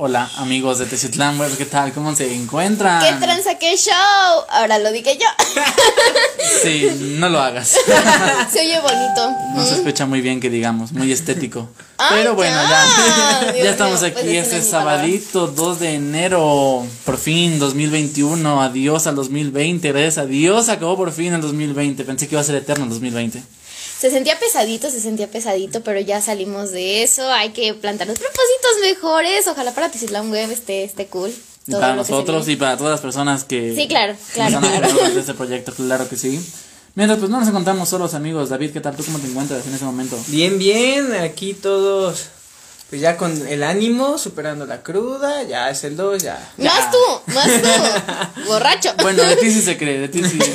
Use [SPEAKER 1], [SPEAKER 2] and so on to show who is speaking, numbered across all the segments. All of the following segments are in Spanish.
[SPEAKER 1] Hola amigos de Teciutlán Web, ¿qué tal? ¿Cómo se encuentran?
[SPEAKER 2] ¿Qué tranza, qué show? Ahora lo dije yo.
[SPEAKER 1] Sí, no lo hagas.
[SPEAKER 2] Se oye bonito.
[SPEAKER 1] No se escucha muy bien que digamos, muy estético.
[SPEAKER 2] Ay,
[SPEAKER 1] Pero bueno, ya.
[SPEAKER 2] ya. Dios
[SPEAKER 1] ya estamos
[SPEAKER 2] mío,
[SPEAKER 1] aquí
[SPEAKER 2] pues esa no
[SPEAKER 1] este
[SPEAKER 2] es mi palabra.
[SPEAKER 1] sabadito 2 de enero. Por fin, 2021. Adiós al 2020. Gracias a Dios acabó por fin el 2020. Pensé que iba a ser eterno el 2020.
[SPEAKER 2] Se sentía pesadito, se sentía pesadito, pero ya salimos de eso. Hay que plantar los propósitos mejores. Ojalá para Teciutlán Web esté, esté cool.
[SPEAKER 1] Y
[SPEAKER 2] todo
[SPEAKER 1] para
[SPEAKER 2] lo que se
[SPEAKER 1] nosotros
[SPEAKER 2] viene.
[SPEAKER 1] y para todas las personas que
[SPEAKER 2] Sí, claro, claro,
[SPEAKER 1] están
[SPEAKER 2] claro.
[SPEAKER 1] apoyando de este proyecto, claro que sí. Mientras pues no nos encontramos solos amigos, David, ¿qué tal? ¿Tú cómo te encuentras en ese momento?
[SPEAKER 3] Bien, bien, aquí todos, pues ya con el ánimo, superando la cruda, ya es el 2, ya. ya.
[SPEAKER 2] Más tú, más tú. Borracho.
[SPEAKER 1] Bueno, de ti sí se cree, de ti sí.
[SPEAKER 3] No
[SPEAKER 1] sí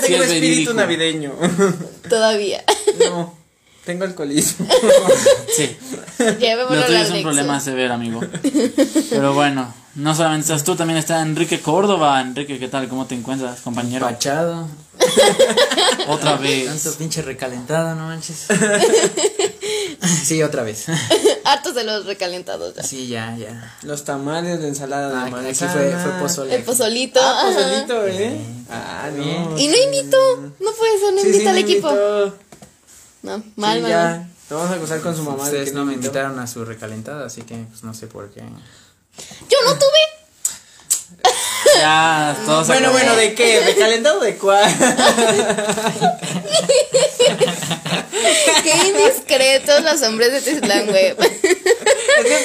[SPEAKER 3] tengo
[SPEAKER 1] es verídico.
[SPEAKER 3] espíritu navideño.
[SPEAKER 2] Todavía.
[SPEAKER 3] No, tengo alcoholismo.
[SPEAKER 1] Sí.
[SPEAKER 2] Llevémonos
[SPEAKER 1] Lo tuyo es
[SPEAKER 2] al
[SPEAKER 1] un
[SPEAKER 2] Nexo.
[SPEAKER 1] problema severo, amigo. Pero bueno, no solamente estás tú, también está Enrique Córdoba. Enrique, ¿qué tal? ¿Cómo te encuentras, compañero?
[SPEAKER 4] Pachado.
[SPEAKER 1] Otra
[SPEAKER 4] Tanto
[SPEAKER 1] vez.
[SPEAKER 4] pinche recalentado, no manches. sí, otra vez.
[SPEAKER 2] Hartos de los recalentados ya.
[SPEAKER 4] Sí, ya, ya.
[SPEAKER 3] Los tamales, la ensalada de
[SPEAKER 4] Ah,
[SPEAKER 3] manzana.
[SPEAKER 4] aquí fue, fue pozole.
[SPEAKER 2] El pozolito.
[SPEAKER 3] Ah,
[SPEAKER 2] ajá.
[SPEAKER 3] pozolito, ¿eh? Ah, no.
[SPEAKER 2] Y no invitó. No puede ser, no
[SPEAKER 3] Sí,
[SPEAKER 2] invita
[SPEAKER 3] sí,
[SPEAKER 2] al
[SPEAKER 3] me
[SPEAKER 2] equipo.
[SPEAKER 3] invitó. Sí,
[SPEAKER 2] No, mal, mal.
[SPEAKER 3] ya. Te vamos a acusar con su mamá. de
[SPEAKER 4] Ustedes
[SPEAKER 3] que
[SPEAKER 4] no
[SPEAKER 3] me
[SPEAKER 4] me
[SPEAKER 3] invitó.
[SPEAKER 4] invitaron a su recalentada, así que pues, no sé por qué.
[SPEAKER 2] Yo no tuve.
[SPEAKER 1] Ya, todos
[SPEAKER 3] Bueno,
[SPEAKER 1] acabó.
[SPEAKER 3] bueno, ¿de qué? ¿De calentado de cuál?
[SPEAKER 2] Qué indiscretos los hombres de Teciutlán Web.
[SPEAKER 3] Es que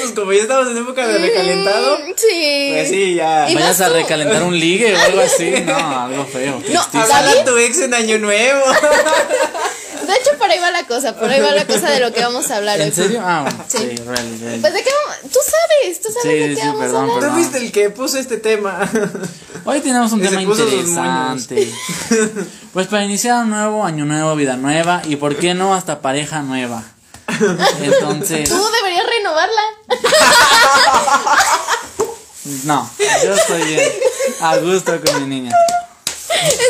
[SPEAKER 3] pues como ya estamos en época de recalentado,
[SPEAKER 2] Mm, Sí.
[SPEAKER 3] pues sí, ya.
[SPEAKER 2] Y
[SPEAKER 1] Vayas
[SPEAKER 2] más
[SPEAKER 1] a
[SPEAKER 2] tú.
[SPEAKER 1] recalentar un ligue o algo así. No, algo feo.
[SPEAKER 2] No,
[SPEAKER 1] tristísimo.
[SPEAKER 3] Hablando
[SPEAKER 2] ¿David?
[SPEAKER 3] a tu ex en Año Nuevo.
[SPEAKER 2] De hecho, por ahí va la cosa, por ahí va la cosa de lo que vamos a hablar hoy.
[SPEAKER 1] ¿En serio? Ah, bueno,
[SPEAKER 2] Sí.
[SPEAKER 1] sí, real, real.
[SPEAKER 2] Pues de qué vamos, tú sabes, tú sabes
[SPEAKER 1] Sí,
[SPEAKER 2] de qué
[SPEAKER 1] sí,
[SPEAKER 2] vamos
[SPEAKER 1] perdón,
[SPEAKER 2] a hablar.
[SPEAKER 3] Tú
[SPEAKER 1] perdón.
[SPEAKER 3] fuiste el que puso este tema.
[SPEAKER 1] Hoy tenemos un
[SPEAKER 3] Y se
[SPEAKER 1] tema
[SPEAKER 3] puso sus
[SPEAKER 1] interesante. Pues para iniciar un nuevo año nuevo, vida nueva y por qué no hasta pareja nueva. Entonces,
[SPEAKER 2] Tú deberías renovarla.
[SPEAKER 1] no, yo estoy bien, a gusto con mi niña.
[SPEAKER 2] Eso es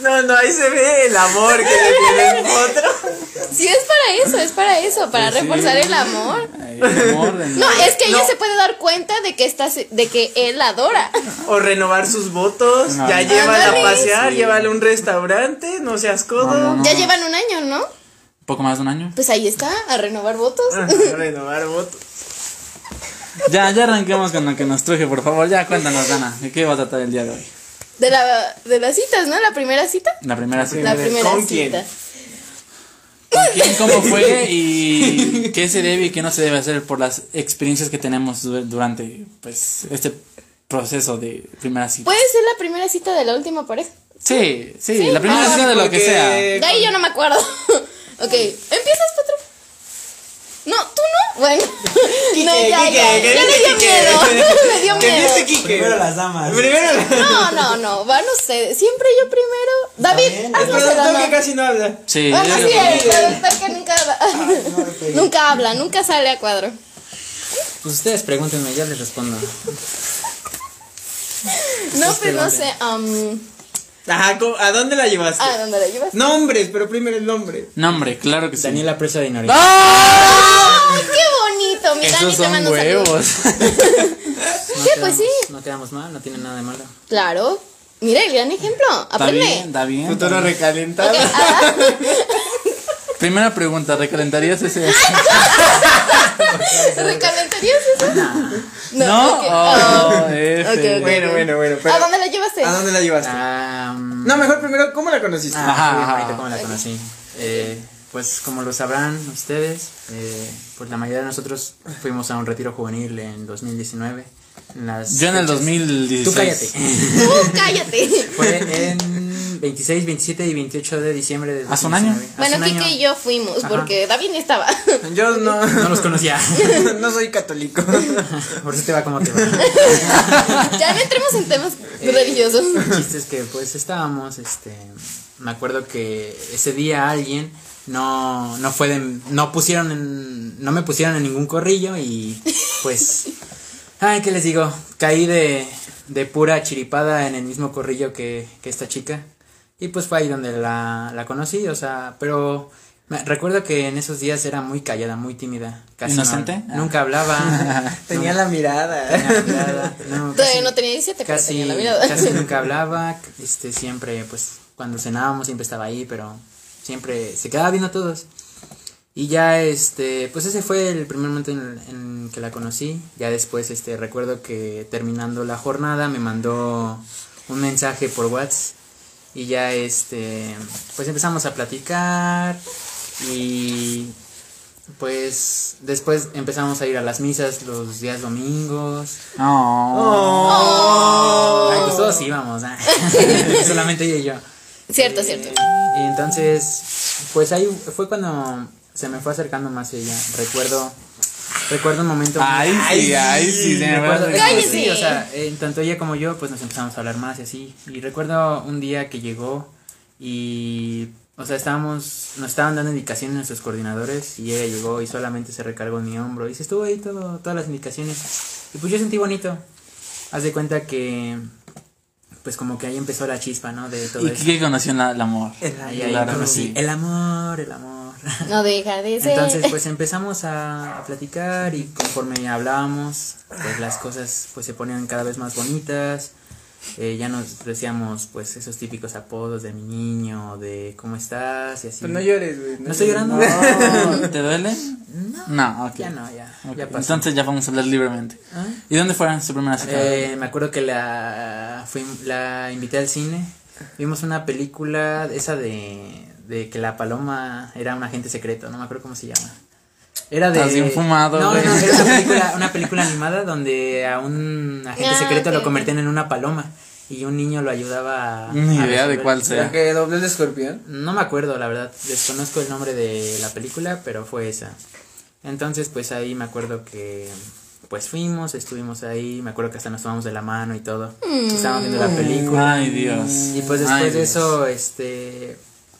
[SPEAKER 3] No, no, ahí se ve el amor que le tienen otro.
[SPEAKER 2] bueno. Sí, es para eso, es para eso, para
[SPEAKER 1] Pues sí.
[SPEAKER 2] reforzar el amor.
[SPEAKER 1] Ay, amor de
[SPEAKER 2] No, es que ella
[SPEAKER 3] No.
[SPEAKER 2] se puede dar cuenta de que estás, de que él la adora.
[SPEAKER 3] O renovar sus votos.
[SPEAKER 1] No,
[SPEAKER 3] ya
[SPEAKER 1] no.
[SPEAKER 3] llévala
[SPEAKER 2] Ándale.
[SPEAKER 3] a pasear,
[SPEAKER 1] Sí.
[SPEAKER 3] llévala a un restaurante, no seas codo.
[SPEAKER 1] No, no, no.
[SPEAKER 2] Ya llevan un año, ¿no?
[SPEAKER 1] poco más de un año.
[SPEAKER 2] Pues ahí está, a renovar votos.
[SPEAKER 3] Ah, renovar votos.
[SPEAKER 1] Ya, ya arranquemos con lo que nos truje, por favor. Ya cuéntanos, Dana, ¿de qué va a tratar el día de hoy?
[SPEAKER 2] De la, de las citas, ¿no? La primera cita.
[SPEAKER 1] La primera cita.
[SPEAKER 2] La
[SPEAKER 3] A ver,
[SPEAKER 2] primera
[SPEAKER 3] ¿con quién?
[SPEAKER 2] cita.
[SPEAKER 1] ¿Con quién, cómo fue y qué se debe y qué no se debe hacer por las experiencias que tenemos du- durante pues este proceso de primera cita?
[SPEAKER 2] Puede ser la primera cita de la última pareja.
[SPEAKER 1] Sí, sí, la primera
[SPEAKER 3] Ah,
[SPEAKER 1] cita de lo que
[SPEAKER 3] porque-
[SPEAKER 1] sea.
[SPEAKER 2] De ahí yo no me acuerdo. ok, empiezas, Patro. No, tú no. Bueno, no, ya, ya,
[SPEAKER 3] Quique, que
[SPEAKER 2] ya
[SPEAKER 3] dice
[SPEAKER 2] me dio
[SPEAKER 3] Quique.
[SPEAKER 2] miedo. me dio
[SPEAKER 3] Que
[SPEAKER 2] miedo.
[SPEAKER 3] dice Quique.
[SPEAKER 4] Primero las damas.
[SPEAKER 3] Primero las-
[SPEAKER 2] No, no, no, van ustedes. Siempre yo primero. David,
[SPEAKER 3] El
[SPEAKER 2] haznos el
[SPEAKER 3] productor Ah, que
[SPEAKER 2] honor.
[SPEAKER 3] casi no habla.
[SPEAKER 1] Sí,
[SPEAKER 2] Bueno,
[SPEAKER 1] yo-
[SPEAKER 2] sí, el productor que nunca habla. nunca habla, nunca sale a cuadro.
[SPEAKER 4] Pues ustedes pregúntenme, ya les respondo. Este
[SPEAKER 2] No, pues no sé. am,
[SPEAKER 3] Ajá, ¿cómo- ¿a dónde la llevaste?
[SPEAKER 2] ah, ¿dónde la llevas?
[SPEAKER 3] Nombres, pero primero el nombre.
[SPEAKER 1] Nombre, claro que sí.
[SPEAKER 4] Daniela Presa de Nori.
[SPEAKER 2] ¡Ah! ¡Qué bonito! Mi Dani
[SPEAKER 1] Esos
[SPEAKER 2] te
[SPEAKER 1] son
[SPEAKER 2] mando saludos.
[SPEAKER 1] huevos.
[SPEAKER 2] Sí, pues sí.
[SPEAKER 4] No quedamos mal, no tiene nada de malo.
[SPEAKER 2] Claro. Mira, el gran ejemplo.
[SPEAKER 1] Está
[SPEAKER 2] Aprende.
[SPEAKER 1] bien, está bien.
[SPEAKER 3] Futuro recalentado.
[SPEAKER 2] Ok, ah,
[SPEAKER 1] Primera pregunta, ¿recalentarías ese?
[SPEAKER 2] ¿Recalentarías eso? No.
[SPEAKER 1] ¿No?
[SPEAKER 2] ok.
[SPEAKER 1] Oh, F.
[SPEAKER 2] ok.
[SPEAKER 3] Bueno, bueno, bueno. pero-
[SPEAKER 2] ¿A dónde la llevaste?
[SPEAKER 3] ¿A dónde la llevaste?
[SPEAKER 4] Ah, mm,
[SPEAKER 3] No, mejor primero, ¿cómo la conociste?
[SPEAKER 4] Ah,
[SPEAKER 1] Ajá,
[SPEAKER 4] sí,
[SPEAKER 1] ajá,
[SPEAKER 4] ahorita
[SPEAKER 1] ajá.
[SPEAKER 4] cómo la conocí. Eh, pues como lo sabrán ustedes, eh, pues la mayoría de nosotros fuimos a un retiro juvenil en 2019. en las
[SPEAKER 1] Yo en el
[SPEAKER 4] fechas-
[SPEAKER 1] 2016.
[SPEAKER 4] Tú cállate.
[SPEAKER 2] Tú cállate.
[SPEAKER 4] Fue en 26, 27 y 28 de diciembre de
[SPEAKER 1] Hace un año.
[SPEAKER 4] 2019. Hace
[SPEAKER 2] Bueno,
[SPEAKER 4] un
[SPEAKER 2] Kike
[SPEAKER 4] año.
[SPEAKER 2] y yo fuimos
[SPEAKER 4] Ajá.
[SPEAKER 2] porque David ni estaba.
[SPEAKER 3] Yo no,
[SPEAKER 4] No los conocía.
[SPEAKER 3] no soy católico.
[SPEAKER 4] Por eso te va como te va.
[SPEAKER 2] ya no entremos en temas religiosos.
[SPEAKER 4] El chiste es que pues estábamos, este, me acuerdo que ese día alguien no, no fue de, no pusieron en, no me pusieron en ningún corrillo y pues, ay, ¿qué les digo? Caí de, de pura chiripada en el mismo corrillo que, que esta chica y pues fue ahí donde la, la conocí, o sea, pero Me- Recuerdo que en esos días era muy callada, muy tímida. Casi no-
[SPEAKER 1] ¿Inocente? Ah.
[SPEAKER 4] nunca hablaba.
[SPEAKER 3] Tenía la mirada.
[SPEAKER 4] Tenía mirada, no,
[SPEAKER 2] Todavía
[SPEAKER 4] casi-
[SPEAKER 2] no tenía 17, pero
[SPEAKER 4] casi,
[SPEAKER 2] tenía la mirada.
[SPEAKER 4] casi nunca hablaba, este, siempre, pues, cuando cenábamos siempre estaba ahí, pero siempre se quedaba viendo a todos. Y ya, este, pues ese fue el primer momento en, en que la conocí. Ya después, este, recuerdo que terminando la jornada me mandó un mensaje por WhatsApp y ya, este, pues empezamos a platicar y pues después empezamos a ir a las misas los días domingos.
[SPEAKER 1] Oh.
[SPEAKER 4] Ay, pues
[SPEAKER 2] Oh.
[SPEAKER 4] todos íbamos, ah. solamente ella y yo.
[SPEAKER 2] Cierto, cierto.
[SPEAKER 4] Y entonces, pues ahí fue cuando se me fue acercando más ella. Recuerdo, recuerdo un momento.
[SPEAKER 1] Ay, sí, ay, sí, se me va a
[SPEAKER 4] recuerdo-
[SPEAKER 1] salir.
[SPEAKER 2] ¡Cállese!
[SPEAKER 4] sí, o sea, eh, tanto ella como yo, pues nos empezamos a hablar más y así. Y recuerdo un día que llegó y, o sea, estábamos, nos estaban dando indicaciones nuestros coordinadores y ella llegó y solamente se recargó en mi hombro y se estuvo ahí todo, todas las indicaciones. Y pues yo sentí bonito. Haz de cuenta que, pues como que ahí empezó la chispa, ¿no? De todo
[SPEAKER 1] ¿Y
[SPEAKER 4] esto.
[SPEAKER 1] qué conoció la- el amor?
[SPEAKER 4] Ahí, ahí
[SPEAKER 1] Claro,
[SPEAKER 4] conocí
[SPEAKER 1] sí.
[SPEAKER 4] el amor, el amor.
[SPEAKER 2] No deja de ser.
[SPEAKER 4] Entonces, pues empezamos a, a platicar y conforme hablábamos, pues las cosas pues se ponían cada vez más bonitas. Eh, ya nos decíamos pues esos típicos apodos de mi niño, de cómo estás y así.
[SPEAKER 3] Pero Pues no llores, güey.
[SPEAKER 4] No estoy llorando.
[SPEAKER 1] No, ¿Te duele? No, ok.
[SPEAKER 4] Ya no, ya.
[SPEAKER 1] Ok,
[SPEAKER 4] ya pasó.
[SPEAKER 1] Entonces ya vamos a hablar libremente.
[SPEAKER 4] Ah.
[SPEAKER 1] ¿Y dónde fue su primera cita?
[SPEAKER 4] Eh, me acuerdo que la fui, la invité al cine. Vimos una película esa de, de que la paloma era un agente secreto, no me acuerdo cómo se llama. Era de
[SPEAKER 1] Estás bien fumado,
[SPEAKER 4] No, no,
[SPEAKER 1] güey.
[SPEAKER 4] no, era una película, una película animada donde a un agente
[SPEAKER 2] Ah,
[SPEAKER 4] secreto
[SPEAKER 2] ok,
[SPEAKER 4] lo
[SPEAKER 2] ok.
[SPEAKER 4] convertían en una paloma y un niño lo ayudaba a-
[SPEAKER 1] Ni
[SPEAKER 4] a
[SPEAKER 1] idea de
[SPEAKER 4] resolver.
[SPEAKER 1] cuál sea.
[SPEAKER 3] ¿Será que doble de escorpión?
[SPEAKER 4] No me acuerdo, la verdad. Desconozco el nombre de la película, pero fue esa. Entonces, pues ahí me acuerdo que pues fuimos, estuvimos ahí, me acuerdo que hasta nos tomamos de la mano y todo. Estábamos viendo la película.
[SPEAKER 1] Ay, Dios.
[SPEAKER 4] Y pues después
[SPEAKER 1] Ay,
[SPEAKER 4] de
[SPEAKER 1] Dios.
[SPEAKER 4] eso, este,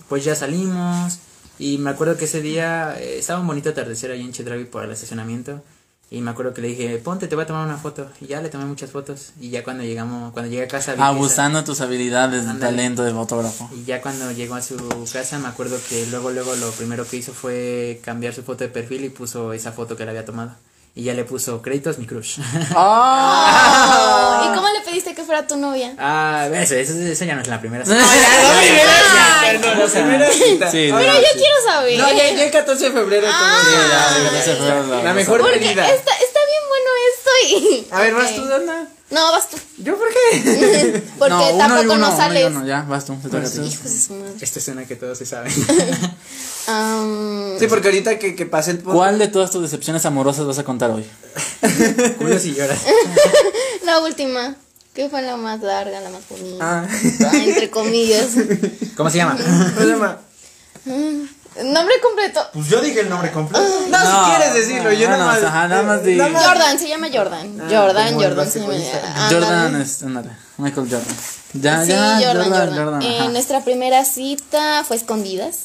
[SPEAKER 4] pues ya salimos y me acuerdo que ese día eh, estaba un bonito atardecer ahí en Chedraui por el estacionamiento y me acuerdo que le dije, "Ponte, te voy a tomar una foto." Y ya le tomé muchas fotos y ya cuando llegamos, cuando llegué a casa vi que esa-
[SPEAKER 1] Abusando de tus habilidades, de
[SPEAKER 4] Ándale.
[SPEAKER 1] talento de fotógrafo.
[SPEAKER 4] y ya cuando llegó a su casa me acuerdo que luego luego lo primero que hizo fue cambiar su foto de perfil y puso esa foto que le había tomado. Y ya le puso créditos mi crush.
[SPEAKER 1] Ah.
[SPEAKER 2] Oh, ¿Y cómo le pediste que fuera tu novia?
[SPEAKER 4] ah, eso, eso, eso ya no es la primera.
[SPEAKER 2] Ay,
[SPEAKER 3] No, la primera cita.
[SPEAKER 1] Sí, no,
[SPEAKER 3] Ahora-
[SPEAKER 2] Pero yo Ah. quiero saber.
[SPEAKER 3] No, ya, ya el 14 de febrero. todo. La mejor
[SPEAKER 2] porque
[SPEAKER 3] pedida.
[SPEAKER 2] está, está bien bueno esto y.
[SPEAKER 3] A ver, vas
[SPEAKER 2] Ok.
[SPEAKER 3] tú, Dana.
[SPEAKER 2] No, vas tú.
[SPEAKER 3] ¿Yo por qué?
[SPEAKER 2] Porque
[SPEAKER 1] No, uno y
[SPEAKER 2] tampoco
[SPEAKER 1] uno, uno
[SPEAKER 2] no
[SPEAKER 1] y
[SPEAKER 2] sales.
[SPEAKER 1] uno, ya, vas tú, te toca a ti.
[SPEAKER 2] Hijos de su madre.
[SPEAKER 4] Esta escena que todos se saben.
[SPEAKER 2] Am,
[SPEAKER 3] Sí, porque ahorita que, que pase el podcast.
[SPEAKER 1] ¿Cuál de todas tus decepciones amorosas vas a contar hoy?
[SPEAKER 4] Culos y lloras.
[SPEAKER 2] la última. Que fue la más larga, la más bonita.
[SPEAKER 3] Ah,
[SPEAKER 2] Entre comillas. Mm,
[SPEAKER 4] ¿Cómo se llama?
[SPEAKER 3] problema.
[SPEAKER 2] Nombre completo.
[SPEAKER 4] Pues yo dije el nombre completo.
[SPEAKER 3] Ah, No, si quieres decirlo, yo
[SPEAKER 1] no,
[SPEAKER 3] nada más.
[SPEAKER 1] ajá, nada más di-
[SPEAKER 2] Jordan, se llama Jordan. Jordan,
[SPEAKER 3] como el
[SPEAKER 2] Jordan se llama.
[SPEAKER 3] basquetbolista.
[SPEAKER 2] ándale.
[SPEAKER 1] Jordan, es, ándale, Michael Jordan. Ya,
[SPEAKER 2] Sí,
[SPEAKER 1] ya,
[SPEAKER 2] Jordan, Jordan. Eh,
[SPEAKER 1] ajá.
[SPEAKER 2] nuestra primera cita fue escondidas.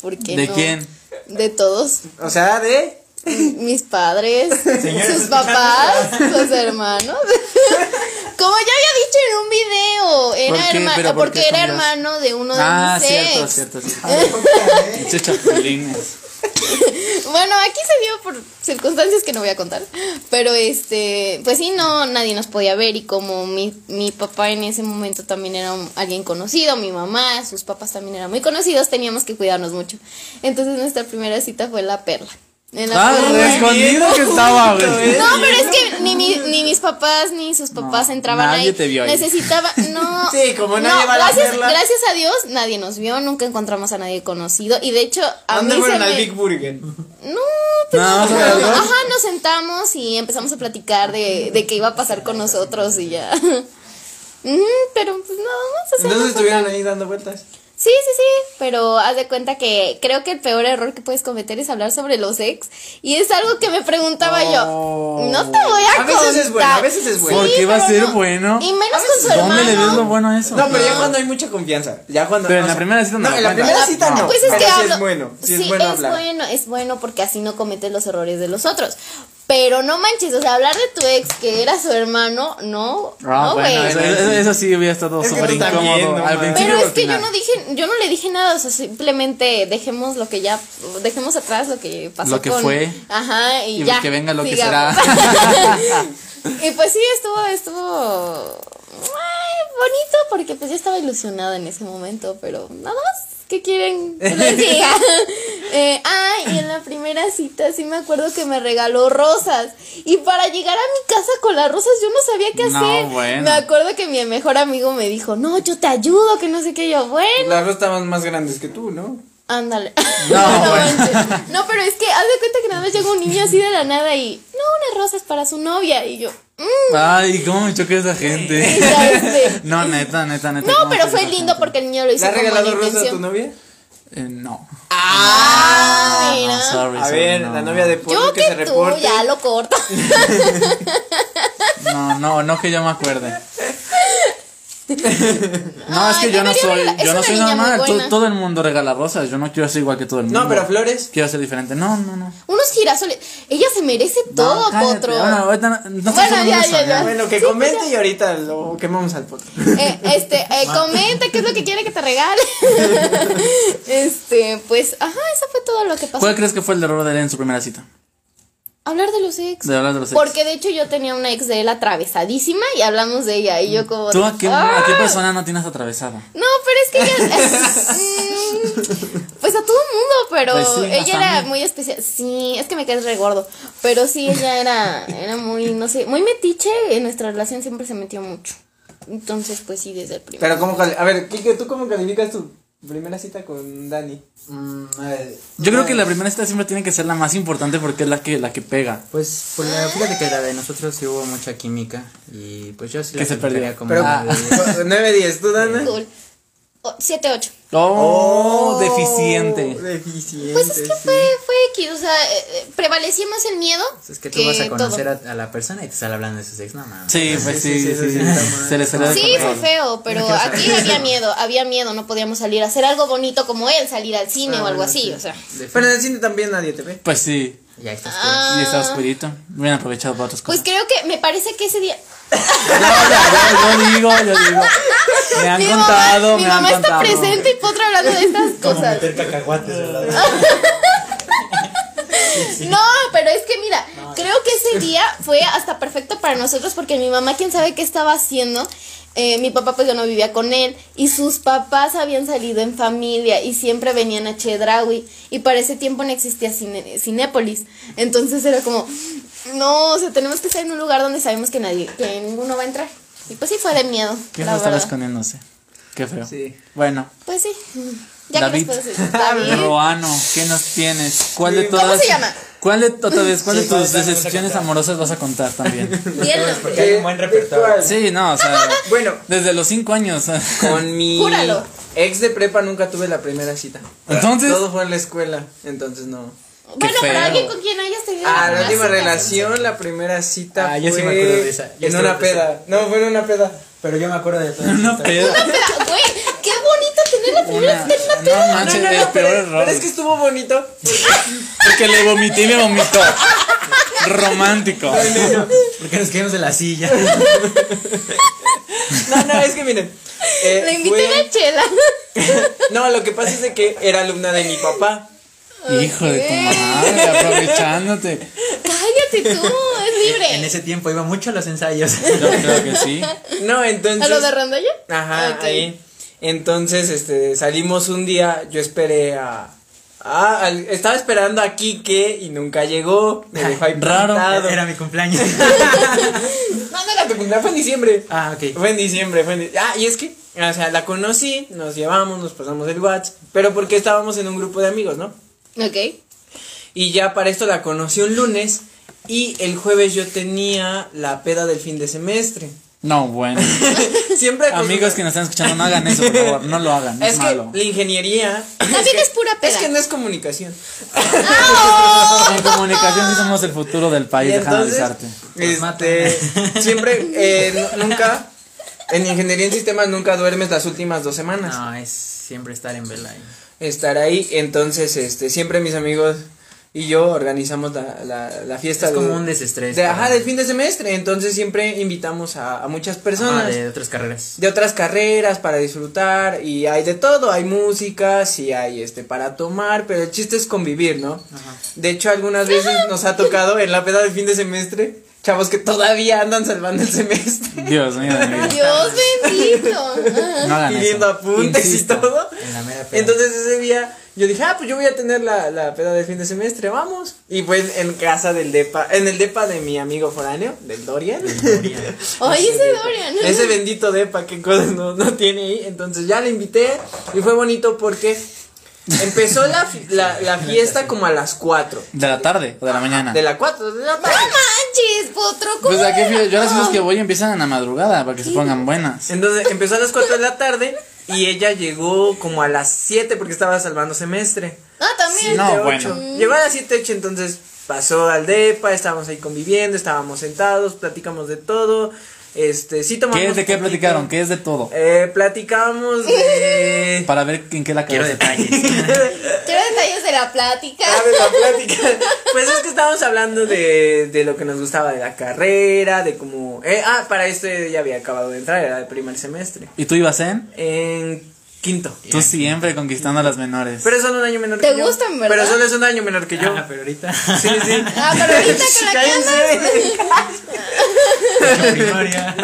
[SPEAKER 2] Porque
[SPEAKER 1] ¿De
[SPEAKER 2] no-
[SPEAKER 1] quién?
[SPEAKER 2] De todos.
[SPEAKER 3] O sea, de.
[SPEAKER 2] Mis padres, sus papás, sus hermanos. Como ya había dicho en un video, era
[SPEAKER 1] ¿Por qué?
[SPEAKER 2] herma-
[SPEAKER 1] ¿Pero por
[SPEAKER 2] porque
[SPEAKER 1] qué
[SPEAKER 2] era
[SPEAKER 1] escondidas?
[SPEAKER 2] hermano de uno de
[SPEAKER 1] Ah,
[SPEAKER 2] mis
[SPEAKER 1] cierto,
[SPEAKER 2] ex.
[SPEAKER 1] cierto, cierto. Pinches chapulines.
[SPEAKER 2] Bueno, aquí se dio por circunstancias que no voy a contar. Pero este, pues sí, no, nadie nos podía ver. Y como mi, mi papá en ese momento también era un- alguien conocido, mi mamá, sus papás también eran muy conocidos, teníamos que cuidarnos mucho. Entonces nuestra primera cita fue la perla. En la
[SPEAKER 1] Ah,
[SPEAKER 2] perla-
[SPEAKER 1] re escondido que estaba, güey.
[SPEAKER 2] No, pero es que ni, mi- ni mis papás ni sus papás
[SPEAKER 1] No,
[SPEAKER 2] entraban
[SPEAKER 1] nadie
[SPEAKER 2] ahí.
[SPEAKER 1] te vio ahí.
[SPEAKER 2] Necesitaba, no.
[SPEAKER 3] Sí, como nadie va a la
[SPEAKER 2] gracias,
[SPEAKER 3] perla.
[SPEAKER 2] gracias a Dios, nadie nos vio, nunca encontramos a nadie conocido. Y de hecho, a
[SPEAKER 3] ¿Dónde
[SPEAKER 2] mí se
[SPEAKER 3] fueron al
[SPEAKER 2] me-
[SPEAKER 3] Big Burger?
[SPEAKER 2] no, pues
[SPEAKER 1] Nada
[SPEAKER 2] no,
[SPEAKER 1] más a las dos.
[SPEAKER 2] ajá, nos sentamos y empezamos a platicar de, de qué iba a pasar con nosotros y ya. Ujú, pero pues nada más, o sea,
[SPEAKER 3] Entonces
[SPEAKER 2] no fue-
[SPEAKER 3] estuvieron ahí dando vueltas.
[SPEAKER 2] Sí, sí, sí, pero haz de cuenta que creo que el peor error que puedes cometer es hablar sobre los ex y es algo que me preguntaba yo. No te voy a
[SPEAKER 3] Oh. A veces es
[SPEAKER 2] contar.
[SPEAKER 3] bueno, a veces es bueno.
[SPEAKER 2] Sí,
[SPEAKER 1] ¿Por qué va a
[SPEAKER 2] pero
[SPEAKER 1] ser
[SPEAKER 2] no.
[SPEAKER 1] bueno?
[SPEAKER 2] Y menos con su
[SPEAKER 1] ¿Dónde le ves lo
[SPEAKER 2] hermano.
[SPEAKER 1] bueno a eso?
[SPEAKER 3] No, pero ya cuando hay mucha confianza. Ya cuando.
[SPEAKER 1] Pero en
[SPEAKER 3] o
[SPEAKER 1] la
[SPEAKER 3] sea,
[SPEAKER 1] primera cita no
[SPEAKER 3] No, en la
[SPEAKER 1] cuenta.
[SPEAKER 3] primera cita no.
[SPEAKER 2] Pues es
[SPEAKER 3] pero
[SPEAKER 2] que
[SPEAKER 3] sí
[SPEAKER 2] hablo.
[SPEAKER 3] es bueno. Sí,
[SPEAKER 2] sí,
[SPEAKER 3] es bueno
[SPEAKER 2] es
[SPEAKER 3] hablar.
[SPEAKER 2] bueno, es bueno porque así no cometes los errores de los otros. Pero no manches, o sea, hablar de tu ex que era su hermano, no,
[SPEAKER 1] Ah,
[SPEAKER 2] no, güey.
[SPEAKER 1] bueno, eso,
[SPEAKER 3] güey.
[SPEAKER 1] eso- eso sí hubiera estado
[SPEAKER 3] Es que
[SPEAKER 1] súper
[SPEAKER 3] no está
[SPEAKER 1] incómodo.
[SPEAKER 3] bien, no
[SPEAKER 1] al
[SPEAKER 3] mames.
[SPEAKER 1] principio
[SPEAKER 2] pero
[SPEAKER 1] o al
[SPEAKER 2] es que yo
[SPEAKER 1] final.
[SPEAKER 2] no dije, yo no le dije nada, o sea, simplemente dejemos lo que ya, dejemos atrás lo que pasó
[SPEAKER 1] Lo que
[SPEAKER 2] con-
[SPEAKER 1] fue.
[SPEAKER 2] ajá, y,
[SPEAKER 1] Y
[SPEAKER 2] ya.
[SPEAKER 1] que venga lo que
[SPEAKER 2] sigamos.
[SPEAKER 1] será.
[SPEAKER 2] y pues sí, estuvo, estuvo ay, bonito porque pues yo estaba ilusionada en ese momento, pero nada más. ¿Qué quieren que les diga? Eh, ah, y en la primera cita sí me acuerdo que me regaló rosas. Y para llegar a mi casa con las rosas yo no sabía qué
[SPEAKER 1] No,
[SPEAKER 2] hacer.
[SPEAKER 1] bueno.
[SPEAKER 2] Me acuerdo que mi mejor amigo me dijo, no, yo te ayudo, que no sé qué. Yo, bueno,
[SPEAKER 3] Las dos estaban más grandes que tú, ¿no?
[SPEAKER 2] ándale.
[SPEAKER 1] No, bueno.
[SPEAKER 2] manches. no, pero es que haz de cuenta que nada más llega un niño así de la nada y, no, unas rosas para su novia. Y yo, mm,
[SPEAKER 1] Ay, cómo me choca esa
[SPEAKER 2] y
[SPEAKER 1] gente.
[SPEAKER 2] ya, este,
[SPEAKER 1] No, neta, neta, neta.
[SPEAKER 2] No,
[SPEAKER 1] cómo
[SPEAKER 2] pero
[SPEAKER 1] me
[SPEAKER 2] fue
[SPEAKER 1] choca esa
[SPEAKER 2] lindo
[SPEAKER 1] gente.
[SPEAKER 2] porque el niño lo hizo
[SPEAKER 3] ¿Le has
[SPEAKER 2] con buena
[SPEAKER 3] regalado rosas a tu
[SPEAKER 2] intención.
[SPEAKER 3] novia?
[SPEAKER 1] Eh, no.
[SPEAKER 2] Ah,
[SPEAKER 1] No,
[SPEAKER 2] mira.
[SPEAKER 1] sorry,
[SPEAKER 3] A
[SPEAKER 1] sorry,
[SPEAKER 3] ver,
[SPEAKER 1] Pues no,
[SPEAKER 3] la novia de Polo
[SPEAKER 2] Yo
[SPEAKER 3] que, se
[SPEAKER 2] que tú
[SPEAKER 3] reporte.
[SPEAKER 2] ya lo corto.
[SPEAKER 1] No, no, no que yo me acuerde. No, es
[SPEAKER 2] Ay,
[SPEAKER 1] que yo no
[SPEAKER 2] debería
[SPEAKER 1] soy,
[SPEAKER 2] regala- es
[SPEAKER 1] yo no
[SPEAKER 2] una
[SPEAKER 1] soy
[SPEAKER 2] niña muy
[SPEAKER 1] normal.
[SPEAKER 2] buena.
[SPEAKER 1] Todo, todo el mundo regala rosas. Yo no quiero ser igual que todo el mundo.
[SPEAKER 3] No, pero flores.
[SPEAKER 1] Quiero ser diferente. No, no, no.
[SPEAKER 2] Unos girasoles. Ella se merece
[SPEAKER 1] No,
[SPEAKER 2] todo,
[SPEAKER 1] cállate.
[SPEAKER 2] potro.
[SPEAKER 1] Bueno, ahorita no, no estamos
[SPEAKER 2] Bueno,
[SPEAKER 1] hablando
[SPEAKER 2] ya,
[SPEAKER 1] de eso,
[SPEAKER 2] ya, ya.
[SPEAKER 3] Bueno, que
[SPEAKER 2] Sí,
[SPEAKER 3] comente
[SPEAKER 2] pues
[SPEAKER 3] y ahorita lo quemamos al potro.
[SPEAKER 2] Eh, este, eh, comenta qué es lo que quiere que te regale. este, pues, ajá, eso fue todo lo que pasó.
[SPEAKER 1] ¿Cuál crees que fue el error de él en su primera cita?
[SPEAKER 2] Hablar de los ex.
[SPEAKER 1] De hablar de los ex.
[SPEAKER 2] Porque de hecho yo tenía una ex de él atravesadísima y hablamos de ella y yo como...
[SPEAKER 1] Mm. ¿Tú a qué, a
[SPEAKER 2] ¡Ah!
[SPEAKER 1] qué persona no tienes atravesada?
[SPEAKER 2] No, pero es que ella... Mm, pues a todo mundo, pero
[SPEAKER 1] Pues sí,
[SPEAKER 2] ella
[SPEAKER 1] hasta a
[SPEAKER 2] era
[SPEAKER 1] mí.
[SPEAKER 2] muy especial. Sí, es que me caes regordo. Pero sí, ella era, era muy, no sé, muy metiche. En nuestra relación siempre se metió mucho. Entonces, pues sí, desde el primer...
[SPEAKER 3] Pero cómo cali- a ver, Kike, ¿tú cómo calificas tu primera cita con Dani?
[SPEAKER 4] Mm, a ver,
[SPEAKER 1] Yo creo que la primera cita siempre tiene que ser la más importante porque es la que, la que pega.
[SPEAKER 4] Pues por la- fíjate que la de nosotros sí hubo mucha química y pues yo sí
[SPEAKER 1] Que
[SPEAKER 4] la
[SPEAKER 1] se perdió.
[SPEAKER 4] calificaría como
[SPEAKER 3] Pero
[SPEAKER 1] Ah.
[SPEAKER 4] una de-
[SPEAKER 3] 9 10, ¿tú Dana?
[SPEAKER 2] Cool. 7-8.
[SPEAKER 1] Oh, deficiente.
[SPEAKER 3] Deficiente.
[SPEAKER 2] Pues es que
[SPEAKER 3] sí.
[SPEAKER 2] fue, fue X, o sea, eh, eh, prevalecía más el miedo.
[SPEAKER 1] Pues
[SPEAKER 4] Es que tú vas a conocer a, a la persona y te sale hablando de sus ex, no mames.
[SPEAKER 1] Sí, pues sí, sí,
[SPEAKER 3] sí, sí,
[SPEAKER 1] sí.
[SPEAKER 3] está mal.
[SPEAKER 1] Se le salió
[SPEAKER 2] todo.
[SPEAKER 1] de
[SPEAKER 2] Sí, fue
[SPEAKER 1] control.
[SPEAKER 2] feo, pero aquí había miedo, había miedo, no podíamos salir a hacer algo bonito como él, salir al cine
[SPEAKER 3] Ah,
[SPEAKER 2] o algo
[SPEAKER 3] sí.
[SPEAKER 2] así, o sea.
[SPEAKER 4] De fin.
[SPEAKER 3] Pero en el cine también nadie te ve.
[SPEAKER 1] Pues sí.
[SPEAKER 4] Y ahí estás.
[SPEAKER 2] Ah.
[SPEAKER 1] Y está oscurito. Bien aprovechado para otras
[SPEAKER 2] Pues
[SPEAKER 1] cosas.
[SPEAKER 2] creo que me parece que ese día
[SPEAKER 1] yo, yo digo, yo digo. Me han
[SPEAKER 2] mi
[SPEAKER 1] contado,
[SPEAKER 2] mamá, mi
[SPEAKER 1] me han
[SPEAKER 2] mamá está
[SPEAKER 1] contado.
[SPEAKER 2] presente y Potro hablando de estas cosas.
[SPEAKER 5] cacahuates de la
[SPEAKER 2] No, pero es que mira, creo que ese día fue hasta perfecto para nosotros porque mi mamá, quién sabe qué estaba haciendo. eh, mi papá pues yo no vivía con él y sus papás habían salido en familia y siempre venían a Chedraui y para ese tiempo no existía cine- Cinépolis. Entonces era como, no, o sea, tenemos que estar en un lugar donde sabemos que nadie, que ninguno va a entrar. Y pues sí fue de miedo.
[SPEAKER 1] ¿Qué
[SPEAKER 2] la
[SPEAKER 1] feo estaba
[SPEAKER 2] verdad.
[SPEAKER 1] escondiéndose? Qué feo.
[SPEAKER 3] Sí.
[SPEAKER 1] Bueno,
[SPEAKER 2] Pues sí. Ya
[SPEAKER 1] David. Ah,
[SPEAKER 2] que nos puedes decir. David.
[SPEAKER 1] Roano, ¿qué nos tienes? ¿Cuál de
[SPEAKER 3] Sí.
[SPEAKER 1] todas?
[SPEAKER 2] ¿Cómo se llama?
[SPEAKER 1] ¿Cuál de, otra vez, cuál de
[SPEAKER 5] Sí, todas
[SPEAKER 1] tus
[SPEAKER 5] las vas a
[SPEAKER 1] decepciones
[SPEAKER 5] contar.
[SPEAKER 1] amorosas vas a contar también?
[SPEAKER 2] Di el nombre.
[SPEAKER 5] Porque hay un buen repertorio.
[SPEAKER 3] Sí.
[SPEAKER 1] Sí, no, o sea,
[SPEAKER 3] Eh, Bueno,
[SPEAKER 1] desde los cinco años.
[SPEAKER 3] con mi
[SPEAKER 2] Júralo.
[SPEAKER 3] ex de prepa nunca tuve la primera cita.
[SPEAKER 1] Entonces-
[SPEAKER 3] Todo fue en la escuela, entonces no.
[SPEAKER 2] Bueno, pero
[SPEAKER 1] feo.
[SPEAKER 2] alguien con quien hayas tenido.
[SPEAKER 3] Ah,
[SPEAKER 2] una
[SPEAKER 3] la última
[SPEAKER 2] cita.
[SPEAKER 3] relación, la primera cita.
[SPEAKER 4] Ah, yo
[SPEAKER 3] fue
[SPEAKER 4] sí me acuerdo de esa. Yo
[SPEAKER 3] En
[SPEAKER 4] estaba
[SPEAKER 3] una peda. No, fue en una peda.
[SPEAKER 4] Pero yo me acuerdo de todo.
[SPEAKER 1] Una peda.
[SPEAKER 2] Pero, güey, qué bonito tener la primera cita en la
[SPEAKER 1] No
[SPEAKER 2] peda.
[SPEAKER 1] manches,
[SPEAKER 3] No, no,
[SPEAKER 1] el peor
[SPEAKER 3] no, pero,
[SPEAKER 1] error.
[SPEAKER 3] pero es que estuvo bonito.
[SPEAKER 1] Porque le vomité y me vomitó. Romántico.
[SPEAKER 4] Porque nos quedamos de la silla.
[SPEAKER 3] No, no, es que miren. eh,
[SPEAKER 2] La
[SPEAKER 3] fue-
[SPEAKER 2] invité a una chela.
[SPEAKER 3] No, lo que pasa es de que era alumna de mi papá.
[SPEAKER 1] Hijo de tu madre, aprovechándote.
[SPEAKER 2] Cállate tú, es libre.
[SPEAKER 4] en ese tiempo iba mucho a los ensayos.
[SPEAKER 1] Yo creo que sí.
[SPEAKER 3] No, entonces.
[SPEAKER 2] ¿A lo de Rondalla?
[SPEAKER 3] Ajá,
[SPEAKER 2] Ah, Ok.
[SPEAKER 3] ahí. Entonces, este, salimos un día, yo esperé a. Ah, al- estaba esperando a Quique y nunca llegó. Me dejó ahí
[SPEAKER 1] Raro.
[SPEAKER 3] plantado.
[SPEAKER 4] Era mi cumpleaños.
[SPEAKER 3] No, no era tu cumpleaños, Ah, fue en diciembre.
[SPEAKER 4] ah, ok.
[SPEAKER 3] Fue en diciembre, fue en di- Ah, y es que, o sea, la conocí, nos llevamos, nos pasamos el WhatsApp, pero porque estábamos en un grupo de amigos, ¿no?
[SPEAKER 2] Ok.
[SPEAKER 3] Y ya para esto la conocí un lunes y el jueves yo tenía la peda del fin de semestre.
[SPEAKER 1] No, bueno.
[SPEAKER 3] Siempre acostumbra-
[SPEAKER 1] Amigos que nos están escuchando, no hagan eso, por favor. No lo hagan, es,
[SPEAKER 3] es que
[SPEAKER 1] malo.
[SPEAKER 3] la ingeniería
[SPEAKER 2] También es pura peda.
[SPEAKER 3] es que no es comunicación.
[SPEAKER 1] En comunicación sí somos el futuro del
[SPEAKER 3] Y
[SPEAKER 1] país, déjame
[SPEAKER 3] entonces,
[SPEAKER 1] avisarte.
[SPEAKER 4] Los
[SPEAKER 3] este,
[SPEAKER 4] matan.
[SPEAKER 3] siempre, eh, nu- nunca, en ingeniería en sistemas nunca duermes las últimas dos semanas.
[SPEAKER 4] Ah. No, es siempre estar en vela. ahí.
[SPEAKER 3] estar ahí. Entonces, este, siempre mis amigos y yo organizamos la, la, la fiesta.
[SPEAKER 4] Es
[SPEAKER 3] de-
[SPEAKER 4] como un desestrés.
[SPEAKER 3] de- ajá,
[SPEAKER 4] para-
[SPEAKER 3] del fin de semestre. Entonces siempre invitamos a, a muchas personas
[SPEAKER 4] Ajá, Ah, de otras carreras.
[SPEAKER 3] de otras carreras para disfrutar y hay de todo, hay música, sí hay este para tomar, pero el chiste es convivir, ¿no? De hecho, algunas veces nos ha tocado en la peda de fin de semestre, chavos que todavía andan salvando el semestre,
[SPEAKER 1] Dios mío, de mi vida.
[SPEAKER 2] Dios bendito.
[SPEAKER 1] No hagan
[SPEAKER 3] pidiendo
[SPEAKER 1] eso.
[SPEAKER 3] apuntes
[SPEAKER 4] Insisto,
[SPEAKER 3] y todo.
[SPEAKER 4] En la mera peda.
[SPEAKER 3] Entonces ese día yo dije, ah, pues yo voy a tener la, la peda de fin de semestre, vamos. Y pues en casa del depa, en el depa de mi amigo foráneo, del Dorian.
[SPEAKER 4] Dorian.
[SPEAKER 2] Ay, ese Dorian.
[SPEAKER 3] Ese bendito depa, qué cosas no, no tiene ahí. Entonces ya le invité y fue bonito porque empezó la, fi- la, la fiesta como a las 4.
[SPEAKER 1] ¿De la tarde o de la
[SPEAKER 4] Ah.
[SPEAKER 1] mañana?
[SPEAKER 3] De la 4 de la tarde.
[SPEAKER 2] ¡No manches, potro! ¿cómo
[SPEAKER 1] Pues a qué fui- yo a las fiestas
[SPEAKER 2] no?
[SPEAKER 1] que voy empiezan en la madrugada para que se pongan buenas.
[SPEAKER 3] Entonces empezó a las 4 de la tarde y ella llegó como a las 7 porque estaba salvando semestre.
[SPEAKER 2] Ah, también.
[SPEAKER 1] Sí, no.
[SPEAKER 3] Siete,
[SPEAKER 1] Oh, bueno.
[SPEAKER 3] ocho. Llegó a las 7, 8, entonces pasó al DEPA, estábamos ahí conviviendo, estábamos sentados, platicamos de todo. Este, sí tomamos.
[SPEAKER 1] ¿Qué es de qué
[SPEAKER 3] poquito.
[SPEAKER 1] platicaron? ¿Qué es de todo?
[SPEAKER 3] Eh, platicamos de.
[SPEAKER 1] Para ver en qué la
[SPEAKER 4] Quiero
[SPEAKER 1] cagaste.
[SPEAKER 4] detalles.
[SPEAKER 2] Quiero detalles de la plática.
[SPEAKER 3] Ah, de la plática. Pues es que estábamos hablando de, de lo que nos gustaba de la carrera, de cómo. eh, ah, para esto ya había acabado de entrar, era el primer semestre.
[SPEAKER 1] ¿Y tú ibas en?
[SPEAKER 3] En quinto.
[SPEAKER 1] Tú siempre conquistando a las menores.
[SPEAKER 3] Pero es solo un año menor
[SPEAKER 2] Te
[SPEAKER 3] que yo.
[SPEAKER 2] gustan, ¿verdad?
[SPEAKER 3] Pero solo es un año menor que yo.
[SPEAKER 4] Ah, pero ahorita.
[SPEAKER 3] Sí, sí.
[SPEAKER 2] Ah, pero ahorita con la que
[SPEAKER 3] Cállense.
[SPEAKER 4] primaria.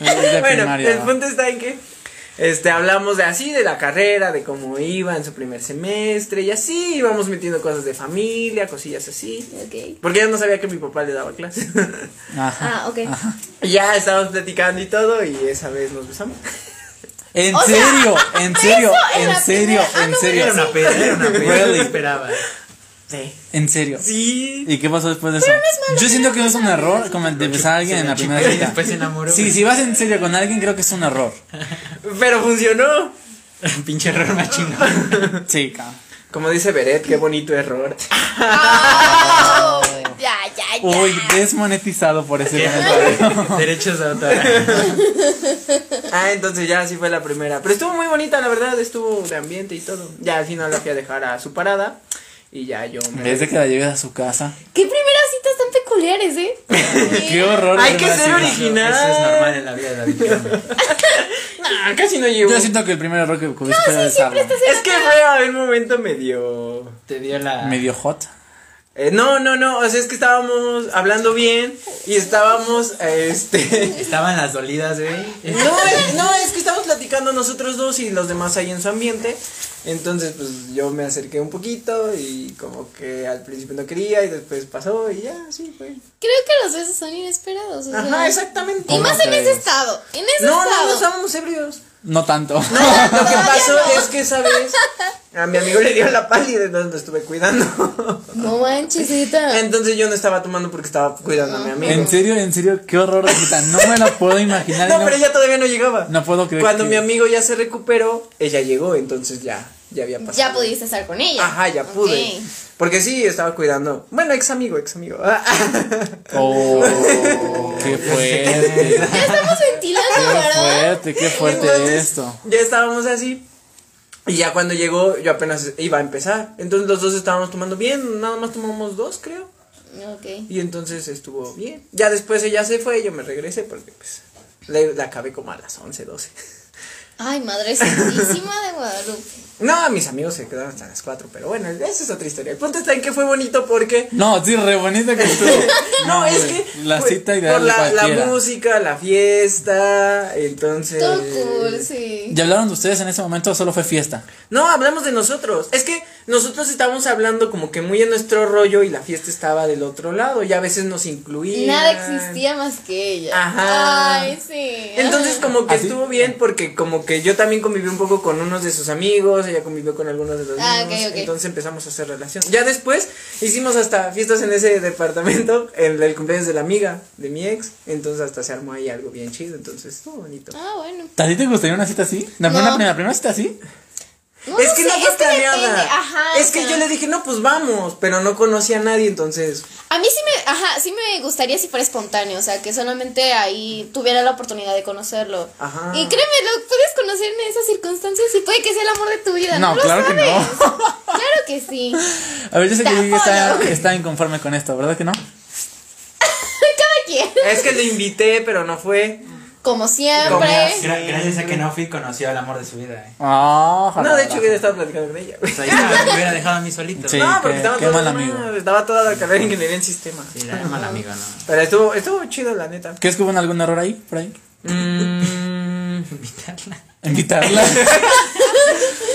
[SPEAKER 1] Es de
[SPEAKER 3] bueno,
[SPEAKER 1] primaria,
[SPEAKER 3] el
[SPEAKER 1] ¿va?
[SPEAKER 3] punto está en que este hablamos de así de la carrera, de cómo iba en su primer semestre y así íbamos metiendo cosas de familia, cosillas así.
[SPEAKER 2] Ok.
[SPEAKER 3] Porque ella no sabía que mi papá le daba clase.
[SPEAKER 1] Ajá.
[SPEAKER 2] Ah, ok.
[SPEAKER 3] Y ya estábamos platicando y todo y esa vez nos besamos.
[SPEAKER 1] ¿En
[SPEAKER 2] O sea,
[SPEAKER 1] serio? ¿En serio?
[SPEAKER 2] eso en
[SPEAKER 1] ¿En
[SPEAKER 2] la
[SPEAKER 1] serio?
[SPEAKER 2] primera- ah,
[SPEAKER 1] ¿En
[SPEAKER 2] no,
[SPEAKER 1] serio?
[SPEAKER 4] Era una peda, era una peda.
[SPEAKER 1] Really.
[SPEAKER 4] No esperaba.
[SPEAKER 3] Sí.
[SPEAKER 1] ¿En serio?
[SPEAKER 3] Sí.
[SPEAKER 1] ¿Y qué pasó después de eso? Yo siento que es un error como el de besar a alguien en la primera
[SPEAKER 4] Y
[SPEAKER 1] cita.
[SPEAKER 4] después se enamoró.
[SPEAKER 1] Sí, si vas en serio con alguien creo que es un error.
[SPEAKER 3] Pero funcionó.
[SPEAKER 4] Pinche error más chingón.
[SPEAKER 1] Sí, cabrón.
[SPEAKER 3] Como dice Beret, qué bonito error.
[SPEAKER 2] Ah, ya, ya, ya.
[SPEAKER 1] Uy, desmonetizado por ese comentario.
[SPEAKER 4] Derechos de autor.
[SPEAKER 3] Ah, entonces ya así fue la primera. Pero estuvo muy bonita, la verdad, estuvo de ambiente y todo. Ya al final la fui a dejar a su parada y ya yo
[SPEAKER 1] En
[SPEAKER 3] me...
[SPEAKER 1] vez de que la lleves a su casa.
[SPEAKER 2] Qué primeras citas tan peculiares, ¿eh?
[SPEAKER 1] Qué horror.
[SPEAKER 3] Hay
[SPEAKER 1] de
[SPEAKER 3] que
[SPEAKER 1] verdad,
[SPEAKER 3] ser
[SPEAKER 1] sí, cabrón.
[SPEAKER 3] original.
[SPEAKER 4] Eso es normal en la vida de David Cameron.
[SPEAKER 3] Ah, casi no llevo.
[SPEAKER 1] Yo siento que el primer error que comiste
[SPEAKER 2] No,
[SPEAKER 1] fue
[SPEAKER 2] Ah, sí, siempre
[SPEAKER 1] besarla.
[SPEAKER 2] estás en
[SPEAKER 3] Es que fue a un momento medio...
[SPEAKER 4] Te dio la.
[SPEAKER 1] Medio hot.
[SPEAKER 3] Eh, no, no, no, o sea, es que estábamos hablando bien y estábamos, eh, este...
[SPEAKER 4] Estaban las dolidas, güey.
[SPEAKER 3] No, es- no, es que estamos platicando nosotros dos y los demás ahí en su ambiente. Entonces, pues yo me acerqué un poquito y como que al principio no quería y después pasó y ya, sí, fue.
[SPEAKER 2] Creo que los besos son inesperados. o sea.
[SPEAKER 3] Ajá, exactamente.
[SPEAKER 2] Y más en
[SPEAKER 1] crees?
[SPEAKER 2] ese estado. En ese
[SPEAKER 3] No, no, no
[SPEAKER 2] estado.
[SPEAKER 3] estábamos ebrios.
[SPEAKER 1] No tanto.
[SPEAKER 3] Lo que
[SPEAKER 2] Todavía
[SPEAKER 3] pasó
[SPEAKER 2] no.
[SPEAKER 3] es que esa vez a mi amigo le dio la pálida, entonces lo estuve cuidando.
[SPEAKER 2] no, manches, neta.
[SPEAKER 3] Entonces yo no estaba tomando porque estaba cuidando a mi amigo.
[SPEAKER 1] En serio, en serio, qué horror de cita. No me la puedo imaginar. y
[SPEAKER 3] No, pero ella todavía no llegaba.
[SPEAKER 1] No puedo creer
[SPEAKER 3] Cuando
[SPEAKER 1] que-
[SPEAKER 3] mi amigo ya se recuperó, ella llegó, entonces ya, ya había pasado.
[SPEAKER 2] Ya pudiste estar con ella.
[SPEAKER 3] Ajá, ya
[SPEAKER 2] Ok.
[SPEAKER 3] pude. Porque sí, estaba cuidando. Bueno, ex amigo, ex amigo.
[SPEAKER 1] Oh, qué fuerte.
[SPEAKER 2] Ya estamos ventilando,
[SPEAKER 1] Qué
[SPEAKER 2] ¿verdad?
[SPEAKER 1] fuerte, qué fuerte
[SPEAKER 3] Entonces,
[SPEAKER 1] esto.
[SPEAKER 3] Ya estábamos así. Y ya cuando llegó, yo apenas iba a empezar. Entonces los dos estábamos tomando bien. Nada más tomamos dos, creo.
[SPEAKER 2] Ok.
[SPEAKER 3] Y entonces estuvo bien. Ya después ella se fue, yo me regresé porque pues le- la acabé como a las 11, 12.
[SPEAKER 2] Ay, madre santísima de Guadalupe.
[SPEAKER 3] No, mis amigos se quedaron hasta las 4, pero bueno, esa es otra historia. El punto está en que fue bonito porque
[SPEAKER 1] No, sí, re bonito que estuvo.
[SPEAKER 3] No, es
[SPEAKER 1] güey,
[SPEAKER 3] que
[SPEAKER 1] La
[SPEAKER 3] fue
[SPEAKER 1] cita
[SPEAKER 3] por
[SPEAKER 1] ideal de
[SPEAKER 3] la, la
[SPEAKER 1] cualquiera.
[SPEAKER 3] música, la fiesta, entonces
[SPEAKER 2] Todo cool, sí.
[SPEAKER 1] ¿Y hablaron de ustedes en ese momento o solo fue fiesta?
[SPEAKER 3] No, hablamos de nosotros. Es que nosotros estábamos hablando como que muy en nuestro rollo y la fiesta estaba del otro lado y a veces nos incluían.
[SPEAKER 2] Nada existía más que ella.
[SPEAKER 3] Ajá.
[SPEAKER 2] Ay, sí.
[SPEAKER 3] Entonces como que
[SPEAKER 1] ¿Así?
[SPEAKER 3] estuvo bien porque como que yo también conviví un poco con unos de sus amigos, ella convivió con algunos de los
[SPEAKER 2] Ah,
[SPEAKER 3] míos,
[SPEAKER 2] ok, ok.
[SPEAKER 3] entonces empezamos a hacer relación. Ya después hicimos hasta fiestas en ese departamento, en el cumpleaños de la amiga de mi ex, entonces hasta se armó ahí algo bien chido, entonces estuvo bonito.
[SPEAKER 2] Ah, bueno.
[SPEAKER 1] ¿A ti te gustaría una cita así? ¿La
[SPEAKER 2] No.
[SPEAKER 1] primera, la primera cita así?
[SPEAKER 2] No
[SPEAKER 3] es
[SPEAKER 2] lo
[SPEAKER 3] que
[SPEAKER 2] sé,
[SPEAKER 3] no fue
[SPEAKER 2] es que
[SPEAKER 3] planeada.
[SPEAKER 2] depende, ajá,
[SPEAKER 3] es
[SPEAKER 2] o
[SPEAKER 3] que
[SPEAKER 2] sea.
[SPEAKER 3] yo le dije, no, pues vamos, pero no conocía a nadie, entonces.
[SPEAKER 2] A mí sí me, ajá, sí me gustaría si fuera espontáneo, o sea, que solamente ahí tuviera la oportunidad de conocerlo.
[SPEAKER 3] Ajá.
[SPEAKER 2] Y créeme, lo puedes conocer en esas circunstancias y puede que sea el amor de tu vida. No,
[SPEAKER 1] No,
[SPEAKER 2] lo
[SPEAKER 1] claro que
[SPEAKER 2] sabes.
[SPEAKER 1] no.
[SPEAKER 2] Claro que sí.
[SPEAKER 1] A ver, yo sé que
[SPEAKER 2] Te
[SPEAKER 1] Vivi está,
[SPEAKER 2] apoyo.
[SPEAKER 1] está inconforme con esto, ¿verdad que no?
[SPEAKER 2] Cada quien.
[SPEAKER 3] Es que le invité, pero no fue.
[SPEAKER 2] Como
[SPEAKER 3] Como
[SPEAKER 2] siempre.
[SPEAKER 3] así.
[SPEAKER 5] Gra- gracias a que no fui conoció al amor de su vida, eh.
[SPEAKER 1] Ah,
[SPEAKER 3] No,
[SPEAKER 1] ojalá.
[SPEAKER 3] de hecho hubiera estado platicando con ella. güey.
[SPEAKER 4] O sea, ya me hubiera dejado a mí solito.
[SPEAKER 1] Sí.
[SPEAKER 3] no, porque
[SPEAKER 1] qué-
[SPEAKER 3] estaba
[SPEAKER 1] qué
[SPEAKER 3] toda
[SPEAKER 1] mal
[SPEAKER 3] la-
[SPEAKER 1] amigo.
[SPEAKER 3] Estaba toda la carrera de ingeniería en sistemas.
[SPEAKER 4] Sí, la mal amigo, no.
[SPEAKER 3] Pero estuvo, estuvo chido, la neta.
[SPEAKER 1] ¿Crees que hubo algún error ahí, por ahí?
[SPEAKER 3] Mm,
[SPEAKER 4] Invitarla.
[SPEAKER 1] Invitarla.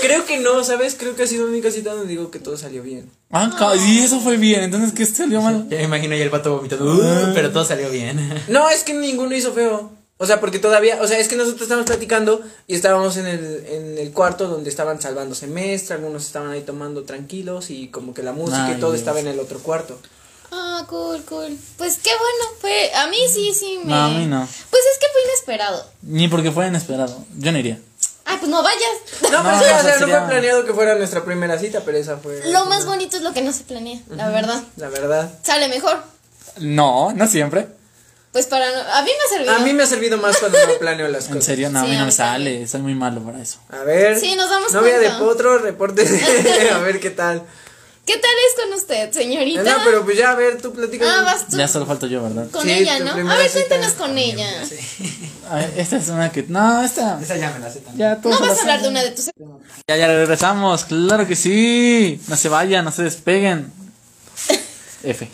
[SPEAKER 3] creo que no, ¿sabes? Creo que ha sido mi única cita donde digo que todo salió bien.
[SPEAKER 1] ah, ca- y eso fue bien. Entonces, ¿qué salió mal?
[SPEAKER 4] Ya me imagino ahí el pato vomitando. "Uh", pero todo salió bien.
[SPEAKER 3] No, es que ninguno hizo feo. O sea, porque todavía, o sea, es que nosotros estábamos platicando y estábamos en el, en el cuarto donde estaban salvando semestre, algunos estaban ahí tomando tranquilos y como que la música
[SPEAKER 1] Ay,
[SPEAKER 3] y todo
[SPEAKER 1] Dios.
[SPEAKER 3] estaba en el otro cuarto.
[SPEAKER 2] Ah, cool, cool. Pues qué bueno. Fue, a mí sí, sí me.
[SPEAKER 1] No, a mí no.
[SPEAKER 2] Pues es que fue inesperado.
[SPEAKER 1] Ni porque fue inesperado. Yo no iría.
[SPEAKER 2] Ah, pues no vayas.
[SPEAKER 3] No,
[SPEAKER 1] No,
[SPEAKER 3] pero sí,
[SPEAKER 1] no,
[SPEAKER 3] o
[SPEAKER 1] o sea,
[SPEAKER 3] sea, no
[SPEAKER 1] sería-
[SPEAKER 3] fue planeado que fuera nuestra primera cita, pero esa fue.
[SPEAKER 2] Lo más bonito es lo que no se planea, la verdad.
[SPEAKER 3] La verdad.
[SPEAKER 2] Sale mejor.
[SPEAKER 1] No, no siempre.
[SPEAKER 2] Pues para. no- A mí me ha servido.
[SPEAKER 3] A mí me ha servido más cuando no planeo las
[SPEAKER 1] En
[SPEAKER 3] cosas.
[SPEAKER 1] serio, no, a
[SPEAKER 2] Sí,
[SPEAKER 1] mí
[SPEAKER 2] a
[SPEAKER 1] no
[SPEAKER 2] mí
[SPEAKER 1] me sale. Soy muy malo para eso.
[SPEAKER 3] A ver.
[SPEAKER 2] Sí, nos damos
[SPEAKER 3] Novia de
[SPEAKER 2] cuenta.
[SPEAKER 3] potro, reporte. de- a ver qué tal.
[SPEAKER 2] ¿Qué tal es con usted,
[SPEAKER 3] Eh,
[SPEAKER 2] señorita?
[SPEAKER 3] No, pero pues ya, a ver, tú platicas.
[SPEAKER 2] Ah, vas tú.
[SPEAKER 1] Ya solo falto yo, ¿verdad?
[SPEAKER 2] Con
[SPEAKER 3] Sí,
[SPEAKER 2] ella,
[SPEAKER 3] tu
[SPEAKER 2] ¿no? A
[SPEAKER 3] primera
[SPEAKER 2] ver,
[SPEAKER 3] cita.
[SPEAKER 2] cuéntanos con ella.
[SPEAKER 1] A ver, esta es una que. No, esta.
[SPEAKER 5] Esa ya me la sé también.
[SPEAKER 1] Ya todos
[SPEAKER 2] No
[SPEAKER 1] se la
[SPEAKER 2] vas a hablar
[SPEAKER 1] saben.
[SPEAKER 2] de una de tus.
[SPEAKER 1] Ya, ya regresamos, claro que sí. No se vayan, no se despeguen. F.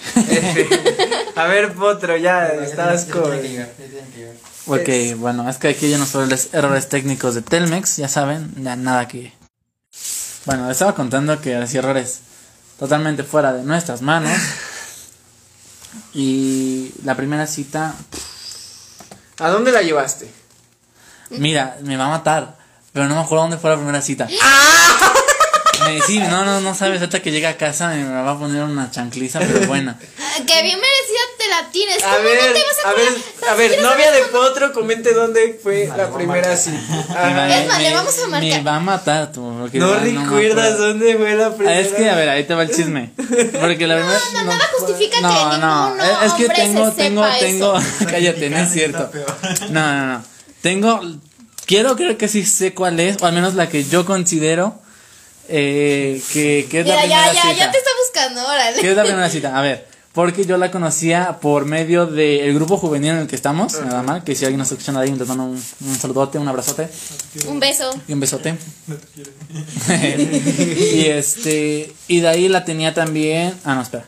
[SPEAKER 3] a ver, potro, ya,
[SPEAKER 5] Ya
[SPEAKER 3] estás
[SPEAKER 5] tenía- ya tenía
[SPEAKER 3] con.
[SPEAKER 5] que llegar, ya tenía que llegar.
[SPEAKER 1] ok, bueno, es que aquí ya no son los errores técnicos de Telmex, ya saben, ya nada que. Bueno, les estaba contando que hacía errores totalmente fuera de nuestras manos. Y la primera cita,
[SPEAKER 3] ¿A dónde la llevaste?
[SPEAKER 1] mira, me va a matar, pero no me acuerdo dónde fue la primera cita. Ah. Me decís, no, no, no sabes, hasta que llega a casa me va a poner una chancliza, pero buena.
[SPEAKER 2] Ah, Que bien merecida te la tienes.
[SPEAKER 3] A
[SPEAKER 2] ¿Cómo no
[SPEAKER 3] ver,
[SPEAKER 2] te vas a,
[SPEAKER 3] a ver,
[SPEAKER 2] acordar?
[SPEAKER 3] a ver, novia de potro, comente dónde fue la primera cita. Ah,
[SPEAKER 1] Me-
[SPEAKER 2] Es más, le
[SPEAKER 1] me-
[SPEAKER 2] vamos a marcar.
[SPEAKER 1] Me va a matar tú. Porque
[SPEAKER 3] No
[SPEAKER 1] ya me
[SPEAKER 3] recuerdas
[SPEAKER 1] acuerdo.
[SPEAKER 3] dónde fue la
[SPEAKER 1] Ah,
[SPEAKER 3] primera.
[SPEAKER 1] Es que, a ver, ahí te va el chisme. Porque la verdad.
[SPEAKER 2] No, nada justifica que
[SPEAKER 1] No, no,
[SPEAKER 2] ninguno
[SPEAKER 1] es que
[SPEAKER 2] hombre
[SPEAKER 1] tengo,
[SPEAKER 2] se
[SPEAKER 1] tengo,
[SPEAKER 2] sepa
[SPEAKER 1] tengo.
[SPEAKER 2] eso.
[SPEAKER 1] Cállate, no es cierto. No, no, no. Tengo. Quiero, creo que sí sé cuál es, o al menos la que yo considero eh, que, que es la
[SPEAKER 2] Mira,
[SPEAKER 1] primera
[SPEAKER 2] ya, ya,
[SPEAKER 1] cita.
[SPEAKER 2] ya te está buscando, órale.
[SPEAKER 1] ¿Qué es la primera cita? A ver, porque yo la conocía por medio del grupo juvenil en el que estamos, nada más, que si alguien nos escucha nadie, les mando un, un saludote, un abrazote
[SPEAKER 2] Un beso.
[SPEAKER 1] y un besote. y este, y de ahí la tenía también. Ah, no, espera.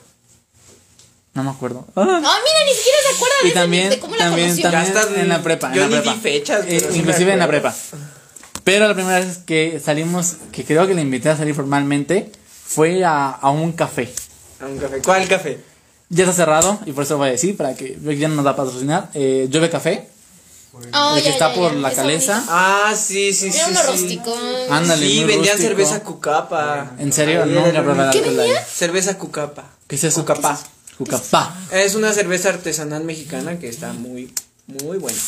[SPEAKER 1] No me acuerdo. Ah,
[SPEAKER 2] No, mira, ni siquiera se acuerda de,
[SPEAKER 1] y
[SPEAKER 2] ese-
[SPEAKER 1] también,
[SPEAKER 2] de cómo la
[SPEAKER 1] también,
[SPEAKER 2] conoció.
[SPEAKER 1] también
[SPEAKER 3] Ya estás-
[SPEAKER 1] en la prepa. en
[SPEAKER 3] yo
[SPEAKER 1] la
[SPEAKER 3] ni
[SPEAKER 1] prepa.
[SPEAKER 3] di fechas,
[SPEAKER 1] Eh,
[SPEAKER 3] pero sí me
[SPEAKER 1] inclusive en la
[SPEAKER 3] acuerdo.
[SPEAKER 1] prepa. Pero la primera vez que salimos, que creo que le invité a salir formalmente, fue a, a un café.
[SPEAKER 3] A un café. ¿Cuál café?
[SPEAKER 1] Ya está cerrado y por eso lo voy a decir, para que ya no nos da patrocinar. Eh, Llueve Café,
[SPEAKER 2] Ah,
[SPEAKER 1] el que
[SPEAKER 2] ya,
[SPEAKER 1] está
[SPEAKER 2] ya,
[SPEAKER 1] por
[SPEAKER 2] ya,
[SPEAKER 1] la
[SPEAKER 2] eso
[SPEAKER 1] caleza. Ah.
[SPEAKER 3] Ah, sí, sí,
[SPEAKER 2] bonito.
[SPEAKER 3] sí.
[SPEAKER 2] Era uno
[SPEAKER 3] sí.
[SPEAKER 2] rústico.
[SPEAKER 1] Ándale,
[SPEAKER 3] Sí,
[SPEAKER 1] muy
[SPEAKER 3] vendían
[SPEAKER 1] rústico.
[SPEAKER 3] cerveza cucapa.
[SPEAKER 1] ¿En serio?
[SPEAKER 3] Ahí
[SPEAKER 1] Nunca
[SPEAKER 3] era
[SPEAKER 1] probé la
[SPEAKER 3] el-
[SPEAKER 2] ¿Qué
[SPEAKER 1] alcohol ahí.
[SPEAKER 3] Cerveza cucapa.
[SPEAKER 1] ¿Qué es eso?
[SPEAKER 3] Cucapá.
[SPEAKER 1] Cucapá.
[SPEAKER 3] Es una cerveza artesanal mexicana que está muy, muy buena.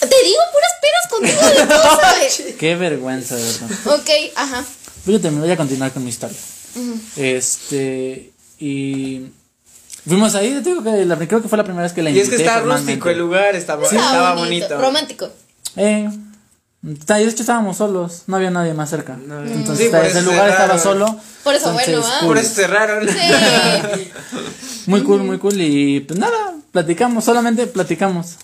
[SPEAKER 2] Te digo puras peras contigo de todo, ¿sabes?
[SPEAKER 1] Qué vergüenza, de verdad.
[SPEAKER 2] ok, ajá.
[SPEAKER 1] Voy a, terminar- voy a continuar con mi historia. Este. Y. Fuimos ahí, te digo que la, creo que fue la primera vez que la
[SPEAKER 3] Y
[SPEAKER 1] invité.
[SPEAKER 3] es que está
[SPEAKER 1] formalmente.
[SPEAKER 3] rústico el lugar, estaba, estaba
[SPEAKER 2] Estaba
[SPEAKER 3] bonito.
[SPEAKER 2] Romántico.
[SPEAKER 1] Eh. está- de hecho, estábamos solos, no había nadie más cerca. Entonces,
[SPEAKER 3] Sí,
[SPEAKER 1] está-
[SPEAKER 3] por
[SPEAKER 1] ese
[SPEAKER 3] eso
[SPEAKER 1] lugar estaba
[SPEAKER 3] cerraron.
[SPEAKER 1] solo.
[SPEAKER 2] Por eso,
[SPEAKER 1] Entonces,
[SPEAKER 2] bueno, ¿ah?
[SPEAKER 1] cool.
[SPEAKER 3] Por eso cerraron.
[SPEAKER 2] Sí.
[SPEAKER 1] Muy cool, muy cool. Y pues nada, platicamos, solamente platicamos.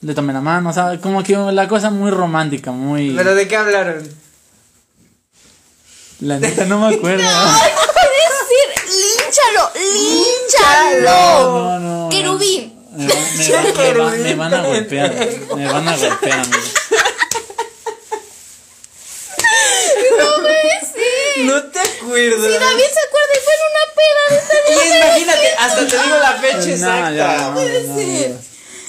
[SPEAKER 1] Le tomé la mano, o sea, como que la cosa muy romántica, muy.
[SPEAKER 3] ¿Pero de qué hablaron?
[SPEAKER 1] La neta no me acuerdo.
[SPEAKER 2] Ay, no puedes decir. Línchalo, línchalo.
[SPEAKER 1] No, no.
[SPEAKER 2] Querubín.
[SPEAKER 1] Me, va- me va- me va- me van a golpear. Me van a golpear, amigos.
[SPEAKER 2] No puede ser.
[SPEAKER 3] No te acuerdas.
[SPEAKER 2] Y David se acuerda y fue en una peda. ¿no sabes?
[SPEAKER 3] Y imagínate, hasta te digo la fecha
[SPEAKER 1] No,
[SPEAKER 3] exacta.
[SPEAKER 1] ya, no, no, no.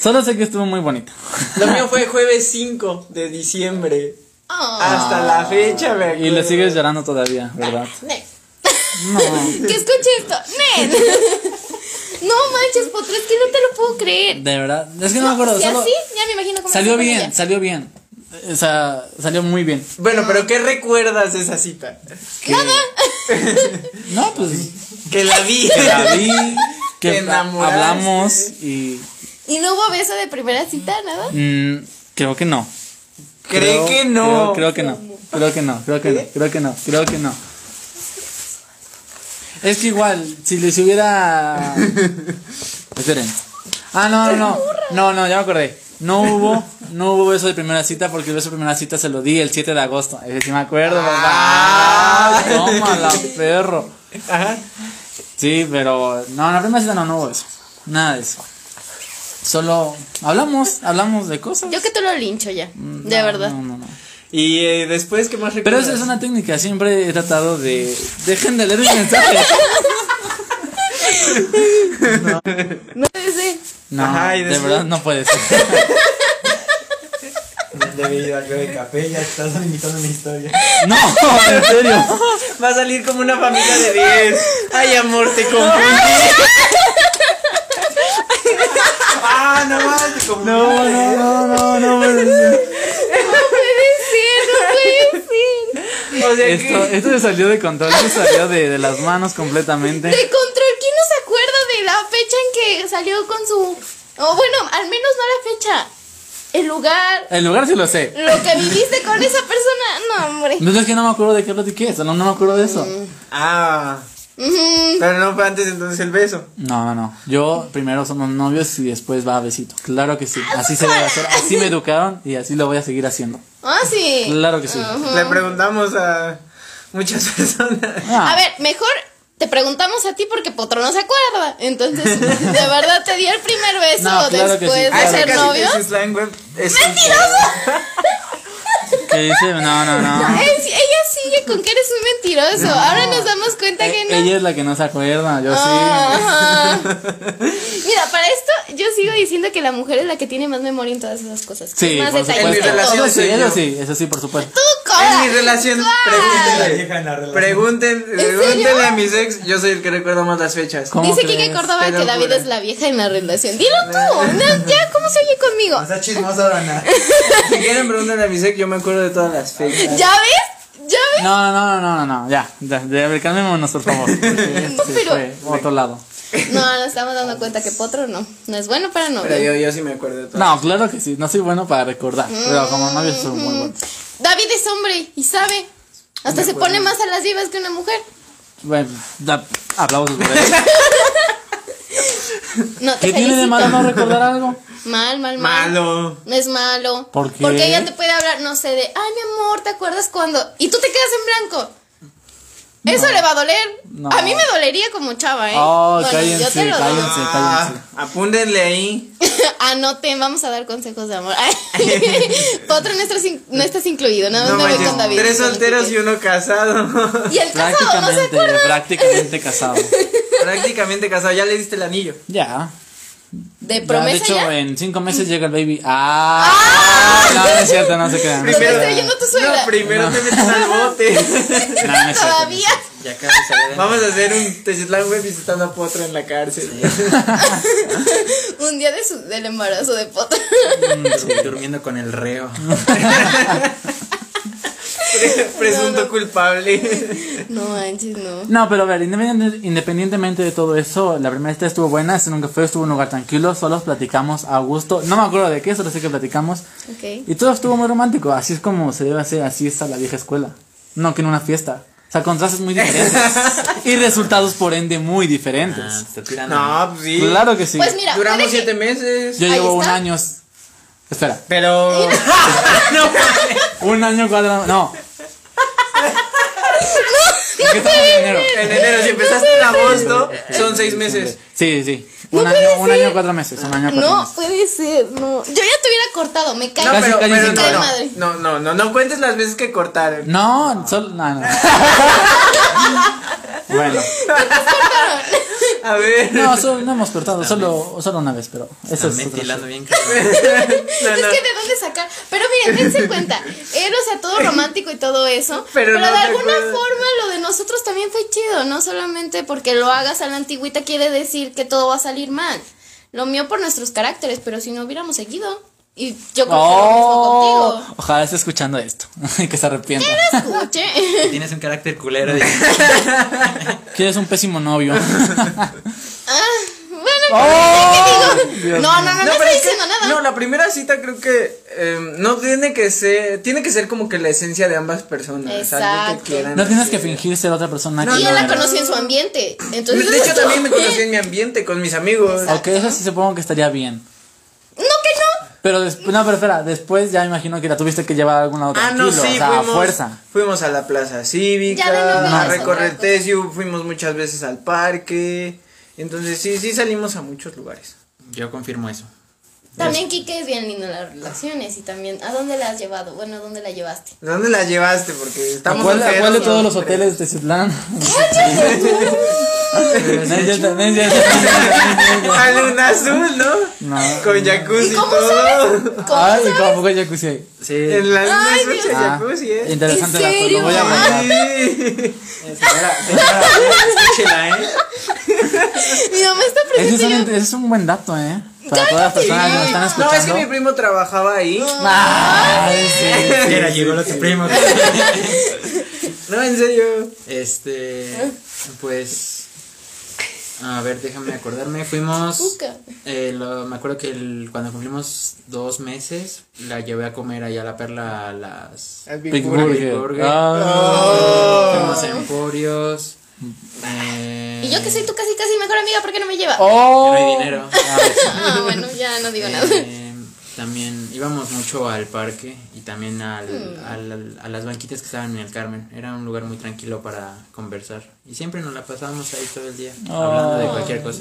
[SPEAKER 1] Solo sé que estuvo muy bonito.
[SPEAKER 3] Lo mío fue jueves 5 de diciembre.
[SPEAKER 2] Ah,
[SPEAKER 3] Hasta la fecha, me acuerdo.
[SPEAKER 1] Y le sigues llorando todavía, ¿verdad?
[SPEAKER 2] Nel.
[SPEAKER 1] No.
[SPEAKER 2] Que escuche esto. Nel. No manches, Potro, es que no te lo puedo creer.
[SPEAKER 1] De verdad. Es que no me acuerdo.
[SPEAKER 2] Si
[SPEAKER 1] Solo
[SPEAKER 2] así, ya me imagino cómo
[SPEAKER 1] salió
[SPEAKER 2] fue con
[SPEAKER 1] bien,
[SPEAKER 2] ella.
[SPEAKER 1] salió bien. O sea, salió muy bien.
[SPEAKER 3] Bueno, pero ¿qué recuerdas de esa cita?
[SPEAKER 1] Que- No, pues
[SPEAKER 3] Que la vi.
[SPEAKER 1] que la vi,
[SPEAKER 3] Te
[SPEAKER 1] que ha-
[SPEAKER 3] enamoraste.
[SPEAKER 1] hablamos y
[SPEAKER 2] ¿Y no hubo beso de primera cita, nada?
[SPEAKER 1] mm, creo que no.
[SPEAKER 3] Cree
[SPEAKER 1] Creo-
[SPEAKER 3] que
[SPEAKER 1] Creo,
[SPEAKER 3] no.
[SPEAKER 1] creo que no. Creo que no. Creo que no. Creo que no. Creo que no. Es que igual, si les hubiera. Esperen. Ah, no, no, no. No, no, ya me acordé. No hubo, no hubo beso de primera cita porque el beso de primera cita se lo di el 7 de agosto. Ese sí me acuerdo,
[SPEAKER 3] Ah.
[SPEAKER 1] papá. Tómala, perro.
[SPEAKER 3] Ajá.
[SPEAKER 1] Sí, pero. No, en la primera cita no, no hubo eso. Nada de eso. Solo hablamos, hablamos de cosas.
[SPEAKER 2] Yo que te lo lincho ya, de
[SPEAKER 1] No,
[SPEAKER 2] verdad.
[SPEAKER 1] no, no, no.
[SPEAKER 3] Y eh, después, ¿qué más
[SPEAKER 1] Pero
[SPEAKER 3] recuerdas?
[SPEAKER 1] esa es una técnica, siempre he tratado de. Dejen de leer mis mensajes.
[SPEAKER 2] No sé.
[SPEAKER 1] No,
[SPEAKER 3] Ajá, y
[SPEAKER 1] de
[SPEAKER 3] después-
[SPEAKER 1] verdad no puede ser.
[SPEAKER 5] Debido al yo de capella, estás limitando mi historia.
[SPEAKER 1] No, en serio.
[SPEAKER 3] Va a salir como una familia de 10. Ay, amor, te confundí.
[SPEAKER 5] ¡Ah, no mames! Como
[SPEAKER 1] No, no, no, no, no puede ser.
[SPEAKER 2] No puede ser, no puede ser.
[SPEAKER 3] O sea
[SPEAKER 1] Esto,
[SPEAKER 3] que.
[SPEAKER 1] esto se salió de control, se salió de, de las manos completamente.
[SPEAKER 2] De control, ¿quién no se acuerda de la fecha en que salió con su... O bueno, al menos no la fecha. El lugar,
[SPEAKER 1] El lugar sí lo sé.
[SPEAKER 2] lo que viviste con esa persona. No, hombre.
[SPEAKER 1] No es que no me acuerdo de qué platiqué, eso, no, no me acuerdo de eso.
[SPEAKER 3] Ah,
[SPEAKER 2] Ujú.
[SPEAKER 3] pero no fue antes entonces el beso.
[SPEAKER 1] No, no, no. Yo primero somos novios y después va a besito. Claro que sí. Así se debe hacer. Así me educaron y así lo voy a seguir haciendo.
[SPEAKER 2] Ah, sí.
[SPEAKER 1] Claro que sí.
[SPEAKER 2] Ujú.
[SPEAKER 3] Le preguntamos a muchas personas.
[SPEAKER 1] Ah,
[SPEAKER 2] A ver, mejor te preguntamos a ti porque Potro no se acuerda. Entonces, ¿de verdad te dio el primer beso
[SPEAKER 1] No, claro que
[SPEAKER 2] después
[SPEAKER 1] sí,
[SPEAKER 2] de
[SPEAKER 1] claro
[SPEAKER 3] ese
[SPEAKER 2] ser
[SPEAKER 1] que sí.
[SPEAKER 2] novios?
[SPEAKER 3] ese slang web es-
[SPEAKER 2] ¡Mentiroso!
[SPEAKER 1] ¿Qué dice? No, no, no.
[SPEAKER 2] Es- ella sigue con que eres un mentiroso. Ahora nos damos cuenta que
[SPEAKER 1] Eh,
[SPEAKER 2] no. Oh.
[SPEAKER 1] Ella es la que no se acuerda, yo sí.
[SPEAKER 2] Ah, Ajá. Mira, para esto yo sigo diciendo que la mujer es la que tiene más memoria en todas esas cosas. que
[SPEAKER 1] Sí,
[SPEAKER 2] es más
[SPEAKER 1] por
[SPEAKER 2] detallista
[SPEAKER 1] supuesto.
[SPEAKER 2] en todo.
[SPEAKER 3] En mi relación
[SPEAKER 1] Eso sí,
[SPEAKER 3] soy
[SPEAKER 1] eso
[SPEAKER 3] yo.
[SPEAKER 1] sí, eso sí, por supuesto.
[SPEAKER 2] Tú,
[SPEAKER 3] En
[SPEAKER 2] Cora.
[SPEAKER 3] mi relación,
[SPEAKER 2] Ay.
[SPEAKER 5] la
[SPEAKER 3] pregúntenle.
[SPEAKER 5] vieja en la relación.
[SPEAKER 3] Pregunten,
[SPEAKER 2] serio?
[SPEAKER 3] pregúntenle a mis ex, yo soy el que recuerdo más las fechas.
[SPEAKER 1] ¿Cómo
[SPEAKER 2] Dice
[SPEAKER 1] crees?
[SPEAKER 2] Kike Córdoba
[SPEAKER 3] Te lo
[SPEAKER 2] que David
[SPEAKER 3] juro.
[SPEAKER 2] es la vieja en la relación. Dilo tú. No, ya, ¿cómo se oye conmigo?
[SPEAKER 5] No seas chismosa, Dana.
[SPEAKER 3] Si quieren pregúntenle a mis ex, yo me acuerdo de todas las fechas.
[SPEAKER 2] ¿Ya ves? ¿Ya ves?
[SPEAKER 1] No, no, no, no, no, no, ya, ya, ya, calmémonos, por favor. porque
[SPEAKER 2] No,
[SPEAKER 1] se
[SPEAKER 2] pero-
[SPEAKER 1] fue a otro lado.
[SPEAKER 2] No, nos estamos dando cuenta que Potro no. No es bueno para
[SPEAKER 3] Pero
[SPEAKER 2] novio.
[SPEAKER 3] yo, yo sí me acuerdo de todas.
[SPEAKER 1] No, claro que sí, no soy bueno para recordar, pero como novio soy muy bueno.
[SPEAKER 2] David es hombre y sabe. Hasta se pone más a las divas que una mujer.
[SPEAKER 1] Bueno, da- aplausos por eso.
[SPEAKER 2] No, te
[SPEAKER 1] ¿Qué tiene de
[SPEAKER 2] felicito.
[SPEAKER 1] malo no recordar algo?
[SPEAKER 2] Mal, mal, mal.
[SPEAKER 3] Malo.
[SPEAKER 2] No es malo.
[SPEAKER 1] ¿Por qué?
[SPEAKER 2] Porque ella te puede hablar, no sé, de, ay, mi amor, ¿te acuerdas cuando? Y tú te quedas en blanco. Eso le va a doler.
[SPEAKER 1] No.
[SPEAKER 2] A mí me dolería como chava, ¿eh?
[SPEAKER 1] Oh,
[SPEAKER 2] Bueno, yo te
[SPEAKER 1] cállense,
[SPEAKER 2] lo doy.
[SPEAKER 1] cállense, cállense.
[SPEAKER 3] Ah, apúntenle ahí.
[SPEAKER 2] Anoten, vamos a dar consejos de amor. Potro no estás, in- no estás incluido, nada más
[SPEAKER 3] No
[SPEAKER 2] me voy
[SPEAKER 3] manches,
[SPEAKER 2] con David.
[SPEAKER 3] tres solteros y
[SPEAKER 2] y
[SPEAKER 3] uno casado.
[SPEAKER 2] el casado, no se
[SPEAKER 1] Prácticamente,
[SPEAKER 2] acuerda.
[SPEAKER 1] prácticamente casado.
[SPEAKER 3] Prácticamente casado, ya le diste el anillo.
[SPEAKER 1] Ya.
[SPEAKER 2] De
[SPEAKER 1] Ya, de
[SPEAKER 2] promesa
[SPEAKER 1] hecho,
[SPEAKER 2] ya.
[SPEAKER 1] en cinco meses llega el baby. ¡Ah! No, no es cierto, no se crean. No, se
[SPEAKER 2] Primero-
[SPEAKER 1] crean.
[SPEAKER 2] estoy oyendo tu suegra.
[SPEAKER 3] No, primero te metes al bote.
[SPEAKER 1] No, no es cierto.
[SPEAKER 2] Todavía.
[SPEAKER 4] Ya casi salió de
[SPEAKER 3] Vamos a hacer un Tezitlán web visitando a Potro en la cárcel.
[SPEAKER 2] Un día de su- del embarazo de Potro.
[SPEAKER 4] Dur- durmiendo con el reo.
[SPEAKER 3] Presunto culpable.
[SPEAKER 2] no manches, no.
[SPEAKER 1] No, pero a ver, independiente- independientemente de todo eso, la primera cita estuvo buena, ese nunca fue, estuvo en un lugar tranquilo, solo platicamos a gusto, no me acuerdo de qué, solo sé que platicamos,
[SPEAKER 2] Ok.
[SPEAKER 1] y todo estuvo muy romántico, así es como se debe hacer, así es a la vieja escuela, no que en una fiesta, o sea, contrastes muy diferentes, y resultados por ende muy
[SPEAKER 4] Ah,
[SPEAKER 1] diferentes.
[SPEAKER 4] te está tirando.
[SPEAKER 3] No, pues sí.
[SPEAKER 1] Claro que sí,
[SPEAKER 2] Pues mira,
[SPEAKER 3] Duramos
[SPEAKER 2] puede que-
[SPEAKER 3] siete meses.
[SPEAKER 1] yo
[SPEAKER 2] ahí
[SPEAKER 1] llevo un
[SPEAKER 2] está.
[SPEAKER 1] año, espera,
[SPEAKER 3] Pero.
[SPEAKER 1] un año cuadrado, no. ¿Qué estamos en enero?
[SPEAKER 3] En enero, si empezaste en agosto, son seis meses.
[SPEAKER 1] Sí, sí, sí. Un año, un año cuatro meses, un año cuatro
[SPEAKER 2] No,
[SPEAKER 1] meses.
[SPEAKER 2] puede ser, no. Yo ya te hubiera cortado, me cae.
[SPEAKER 3] No,
[SPEAKER 1] Casi,
[SPEAKER 3] pero,
[SPEAKER 1] casi
[SPEAKER 3] pero
[SPEAKER 1] sin
[SPEAKER 3] no,
[SPEAKER 2] caer
[SPEAKER 3] no,
[SPEAKER 2] madre.
[SPEAKER 3] no, no, no, no cuentes las veces que cortaron.
[SPEAKER 1] No, solo. No, no. bueno.
[SPEAKER 3] A ver, no,
[SPEAKER 1] No, solo, no hemos cortado, solo, solo una vez, pero eso es.
[SPEAKER 4] También
[SPEAKER 1] otra
[SPEAKER 4] tirando bien cabrón.
[SPEAKER 2] es
[SPEAKER 3] no.
[SPEAKER 2] que de dónde sacar. Pero miren, dense cuenta. Era, o sea, todo romántico y todo eso.
[SPEAKER 3] Pero
[SPEAKER 2] Pero,
[SPEAKER 3] no
[SPEAKER 2] de
[SPEAKER 3] te
[SPEAKER 2] alguna
[SPEAKER 3] acuerdas.
[SPEAKER 2] forma lo de nosotros también fue chido. No solamente porque lo hagas a la antigüita quiere decir que todo va a salir mal. Lo mío por nuestros caracteres, pero si no hubiéramos seguido. Y yo creo
[SPEAKER 1] Oh,
[SPEAKER 2] que lo mismo
[SPEAKER 1] ojalá esté escuchando esto. que se arrepienta.
[SPEAKER 2] contigo. Escuche.
[SPEAKER 4] Tienes un carácter culero. dice.
[SPEAKER 1] Que eres un pésimo novio.
[SPEAKER 2] Ah, Bueno,
[SPEAKER 1] Oh.
[SPEAKER 2] ¿qué te digo?
[SPEAKER 1] Dios
[SPEAKER 2] No, no, no, no,
[SPEAKER 3] pero
[SPEAKER 2] estoy
[SPEAKER 3] es que-
[SPEAKER 2] diciendo nada.
[SPEAKER 3] No, la primera cita creo que eh, no tiene que ser, tiene que ser como que la esencia de ambas personas. Algo
[SPEAKER 2] Exacto.
[SPEAKER 3] que quieran.
[SPEAKER 1] No tienes
[SPEAKER 3] hacer.
[SPEAKER 1] que fingir ser otra persona.
[SPEAKER 3] No,
[SPEAKER 1] que
[SPEAKER 2] y
[SPEAKER 1] no
[SPEAKER 2] yo la
[SPEAKER 1] eres.
[SPEAKER 2] conocí en su ambiente. Entonces,
[SPEAKER 3] de hecho,
[SPEAKER 2] estuvo
[SPEAKER 3] también me
[SPEAKER 2] bien.
[SPEAKER 3] conocí en mi ambiente, con mis amigos.
[SPEAKER 2] Exacto.
[SPEAKER 1] Ok, eso sí supongo que estaría bien.
[SPEAKER 2] No, que
[SPEAKER 1] Pero después, no, pero espera, después ya me imagino que la tuviste que llevar a alguna otra.
[SPEAKER 3] Ah, no,
[SPEAKER 1] tranquilo,
[SPEAKER 3] sí,
[SPEAKER 1] o sea, a
[SPEAKER 3] fuimos,
[SPEAKER 1] fuerza.
[SPEAKER 3] fuimos a la plaza
[SPEAKER 2] Ya de nuevo
[SPEAKER 3] cívica, a
[SPEAKER 2] vamos a
[SPEAKER 3] recorrer
[SPEAKER 2] otra
[SPEAKER 3] Tesio, fuimos muchas veces al parque. Entonces, sí, sí salimos a muchos lugares.
[SPEAKER 4] Yo confirmo eso.
[SPEAKER 2] no. También Kike es bien lindo en las relaciones y también. ¿A dónde la has llevado? Bueno, ¿a dónde la llevaste?
[SPEAKER 3] ¿Dónde la llevaste? Porque
[SPEAKER 1] ¿A
[SPEAKER 3] estamos
[SPEAKER 1] cuál, a
[SPEAKER 3] solteros,
[SPEAKER 1] cuál de
[SPEAKER 3] ¿no?
[SPEAKER 1] todos los hoteles de Ciutlán? No es cierto, no es cierto.
[SPEAKER 3] A Luna Azul, ¿no?
[SPEAKER 1] No.
[SPEAKER 3] Con jacuzzi
[SPEAKER 2] ¿Y
[SPEAKER 3] y
[SPEAKER 2] cómo
[SPEAKER 3] todo.
[SPEAKER 2] ¿Cómo
[SPEAKER 1] Ay,
[SPEAKER 2] sabes?
[SPEAKER 1] ¿cómo fue jacuzzi ahí?
[SPEAKER 4] Sí.
[SPEAKER 3] En la Luna
[SPEAKER 2] Ay,
[SPEAKER 3] Azul
[SPEAKER 2] Dios.
[SPEAKER 3] hay
[SPEAKER 1] Ah,
[SPEAKER 3] jacuzzi, ¿eh?
[SPEAKER 1] Interesante
[SPEAKER 2] ¿En
[SPEAKER 1] la foto,
[SPEAKER 2] serio?
[SPEAKER 1] lo voy a guardar.
[SPEAKER 3] Sí.
[SPEAKER 5] Señora, señora, escúchela, ¿eh?
[SPEAKER 2] Mi mamá está
[SPEAKER 1] Ese es,
[SPEAKER 2] presente.
[SPEAKER 1] un,
[SPEAKER 2] y yo-
[SPEAKER 1] ese es un buen dato, ¿eh? Para todas las personas que nos están
[SPEAKER 3] No,
[SPEAKER 1] escuchando.
[SPEAKER 3] es que mi primo trabajaba ahí.
[SPEAKER 1] Ay, sí.
[SPEAKER 4] Era, llegó lo que primo.
[SPEAKER 3] No, en serio.
[SPEAKER 2] Ah.
[SPEAKER 4] Este, pues, a ver, déjame acordarme. Fuimos,
[SPEAKER 2] Uca.
[SPEAKER 4] eh, lo- me acuerdo que el- cuando cumplimos dos meses, la llevé a comer allá a la perla a las
[SPEAKER 3] Al Big
[SPEAKER 1] Big
[SPEAKER 3] Burger.
[SPEAKER 1] Burger.
[SPEAKER 4] Burger.
[SPEAKER 1] Ah.
[SPEAKER 4] fuimos a Emporios. eh,
[SPEAKER 2] Y yo que soy tu casi casi mejor amiga, ¿por qué no me lleva?
[SPEAKER 1] Oh.
[SPEAKER 4] No hay dinero.
[SPEAKER 2] Ah, bueno, ya no digo nada.
[SPEAKER 4] Eh, también íbamos mucho al parque y también al-
[SPEAKER 2] Hmm.
[SPEAKER 4] al- al- a las banquitas que estaban en el Carmen. Era un lugar muy tranquilo para conversar. Y siempre nos la pasábamos ahí todo el día, hablando de cualquier cosa.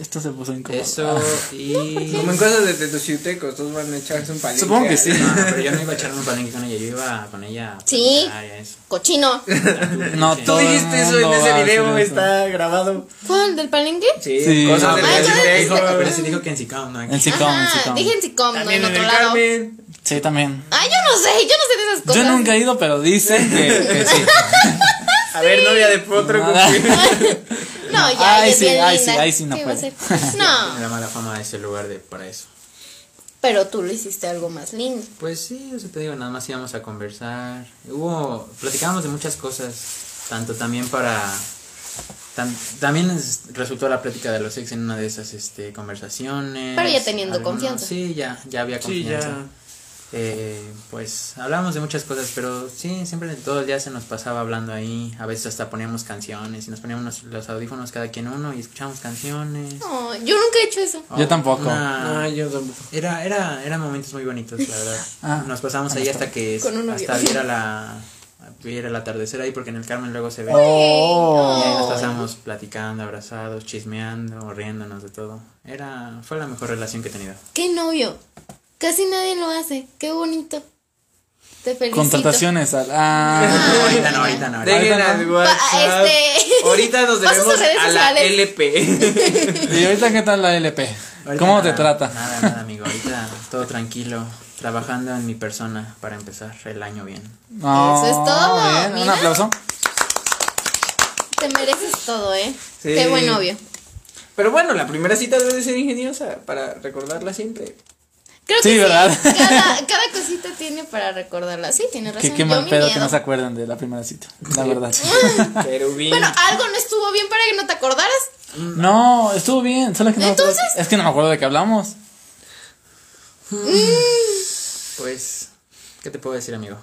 [SPEAKER 1] Esto se puso incómodo.
[SPEAKER 4] Eso y...
[SPEAKER 3] Como en cosas de tetuciutecos, todos van a echarse un palito.
[SPEAKER 1] Supongo que sí.
[SPEAKER 4] No, pero yo no iba a echarme un palenque con ella, yo iba con ella. a
[SPEAKER 2] Sí.
[SPEAKER 4] platicar y a eso.
[SPEAKER 2] Cochino.
[SPEAKER 1] No,
[SPEAKER 3] Tú
[SPEAKER 1] todo el
[SPEAKER 3] dijiste eso en
[SPEAKER 1] mundo va
[SPEAKER 3] ese
[SPEAKER 1] a hacer eso.
[SPEAKER 3] video, está grabado.
[SPEAKER 2] ¿Cuál? ¿Del palenque?
[SPEAKER 3] Sí,
[SPEAKER 1] Sí.
[SPEAKER 3] cosas de
[SPEAKER 4] Ah,
[SPEAKER 2] entonces-
[SPEAKER 3] tetuciutecos.
[SPEAKER 4] Pero sí dijo que en Sicao, no aquí.
[SPEAKER 1] En Sicom, en
[SPEAKER 2] Ajá,
[SPEAKER 1] Sicom.
[SPEAKER 2] dije en Sicom, no en
[SPEAKER 3] También en
[SPEAKER 2] otro
[SPEAKER 3] el
[SPEAKER 2] lado.
[SPEAKER 3] Carmen.
[SPEAKER 1] Sí, también.
[SPEAKER 2] Ay, yo no sé, yo no sé de esas cosas.
[SPEAKER 1] Yo nunca he ido, pero dicen que, que sí.
[SPEAKER 3] A ver, novia de potro.
[SPEAKER 1] Nada.
[SPEAKER 2] No, ya,
[SPEAKER 1] Ay,
[SPEAKER 2] ella es
[SPEAKER 1] sí,
[SPEAKER 2] bien
[SPEAKER 1] ay,
[SPEAKER 2] linda.
[SPEAKER 1] sí, ay, sí, no
[SPEAKER 2] ¿Qué va a
[SPEAKER 1] puede.
[SPEAKER 2] hacer? No,
[SPEAKER 4] Tiene La mala fama de ese lugar de, para eso.
[SPEAKER 2] pero tú le hiciste algo más lindo.
[SPEAKER 4] Pues sí, eso te digo, nada más íbamos a conversar. Hubo, platicábamos de muchas cosas, tanto también para... tan- también es- resultó la plática de los ex en una de esas este, conversaciones.
[SPEAKER 2] Pero ya teniendo confianza.
[SPEAKER 4] Sí, ya, ya había
[SPEAKER 3] Sí,
[SPEAKER 4] confianza.
[SPEAKER 3] ya.
[SPEAKER 4] Eh, pues hablábamos de muchas cosas, pero sí, siempre todo el día se nos pasaba hablando ahí. A veces hasta poníamos canciones y nos poníamos los- los audífonos cada quien uno y escuchábamos canciones.
[SPEAKER 2] No, yo nunca he hecho eso.
[SPEAKER 1] Yo tampoco.
[SPEAKER 4] Una-
[SPEAKER 3] Ah, yo tampoco.
[SPEAKER 4] era, era, eran momentos muy bonitos, la verdad.
[SPEAKER 1] Ah,
[SPEAKER 4] Nos pasamos ahí hasta que
[SPEAKER 2] Con un novio.
[SPEAKER 4] hasta viera la viera el atardecer ahí porque en el Carmen luego se ve.
[SPEAKER 1] Oh.
[SPEAKER 4] Y ahí nos pasamos platicando, abrazados, chismeando, riéndonos de todo. Era fue la mejor relación que he tenido.
[SPEAKER 2] ¡Qué novio! Casi nadie lo hace. ¡Qué bonito! Te felicito.
[SPEAKER 1] Contrataciones al. Ah.
[SPEAKER 4] ahorita no, ahorita no. ahorita
[SPEAKER 3] Dejen
[SPEAKER 1] no.
[SPEAKER 3] al
[SPEAKER 2] Pa-
[SPEAKER 3] WhatsApp.
[SPEAKER 2] este-
[SPEAKER 3] Ahorita nos
[SPEAKER 2] Pasa sus
[SPEAKER 3] debemos
[SPEAKER 2] redes
[SPEAKER 3] a la
[SPEAKER 2] sociales.
[SPEAKER 3] LP.
[SPEAKER 1] ¿Y ahorita qué tal la LP?
[SPEAKER 4] Ahorita
[SPEAKER 1] ¿Cómo te
[SPEAKER 4] nada,
[SPEAKER 1] trata?
[SPEAKER 4] Nada, nada, amigo. Ahorita todo tranquilo. Trabajando en mi persona para empezar el año bien.
[SPEAKER 1] No,
[SPEAKER 2] Eso es todo,
[SPEAKER 1] bien, Un
[SPEAKER 2] mira.
[SPEAKER 1] aplauso.
[SPEAKER 2] Te mereces todo, ¿eh?
[SPEAKER 3] Sí.
[SPEAKER 2] Qué buen novio.
[SPEAKER 3] Pero bueno, la primera cita debe de ser ingeniosa para recordarla siempre.
[SPEAKER 2] Creo
[SPEAKER 1] Sí,
[SPEAKER 2] que ¿eh?
[SPEAKER 1] ¿verdad?
[SPEAKER 2] Cada, cada cosita tiene para recordarla. Sí, tienes razón.
[SPEAKER 1] Qué, qué
[SPEAKER 2] Yo
[SPEAKER 1] mal
[SPEAKER 2] mi
[SPEAKER 1] pedo que
[SPEAKER 2] miedo.
[SPEAKER 1] no se acuerdan de la primera cita. La verdad.
[SPEAKER 3] Pero bien.
[SPEAKER 2] Bueno, algo no estuvo bien para que no te acordaras.
[SPEAKER 1] No, estuvo bien. Solo que no me acuerdo-
[SPEAKER 2] Entonces-
[SPEAKER 1] Es que no me acuerdo de qué hablamos.
[SPEAKER 4] Pues, ¿qué te puedo decir, amigo?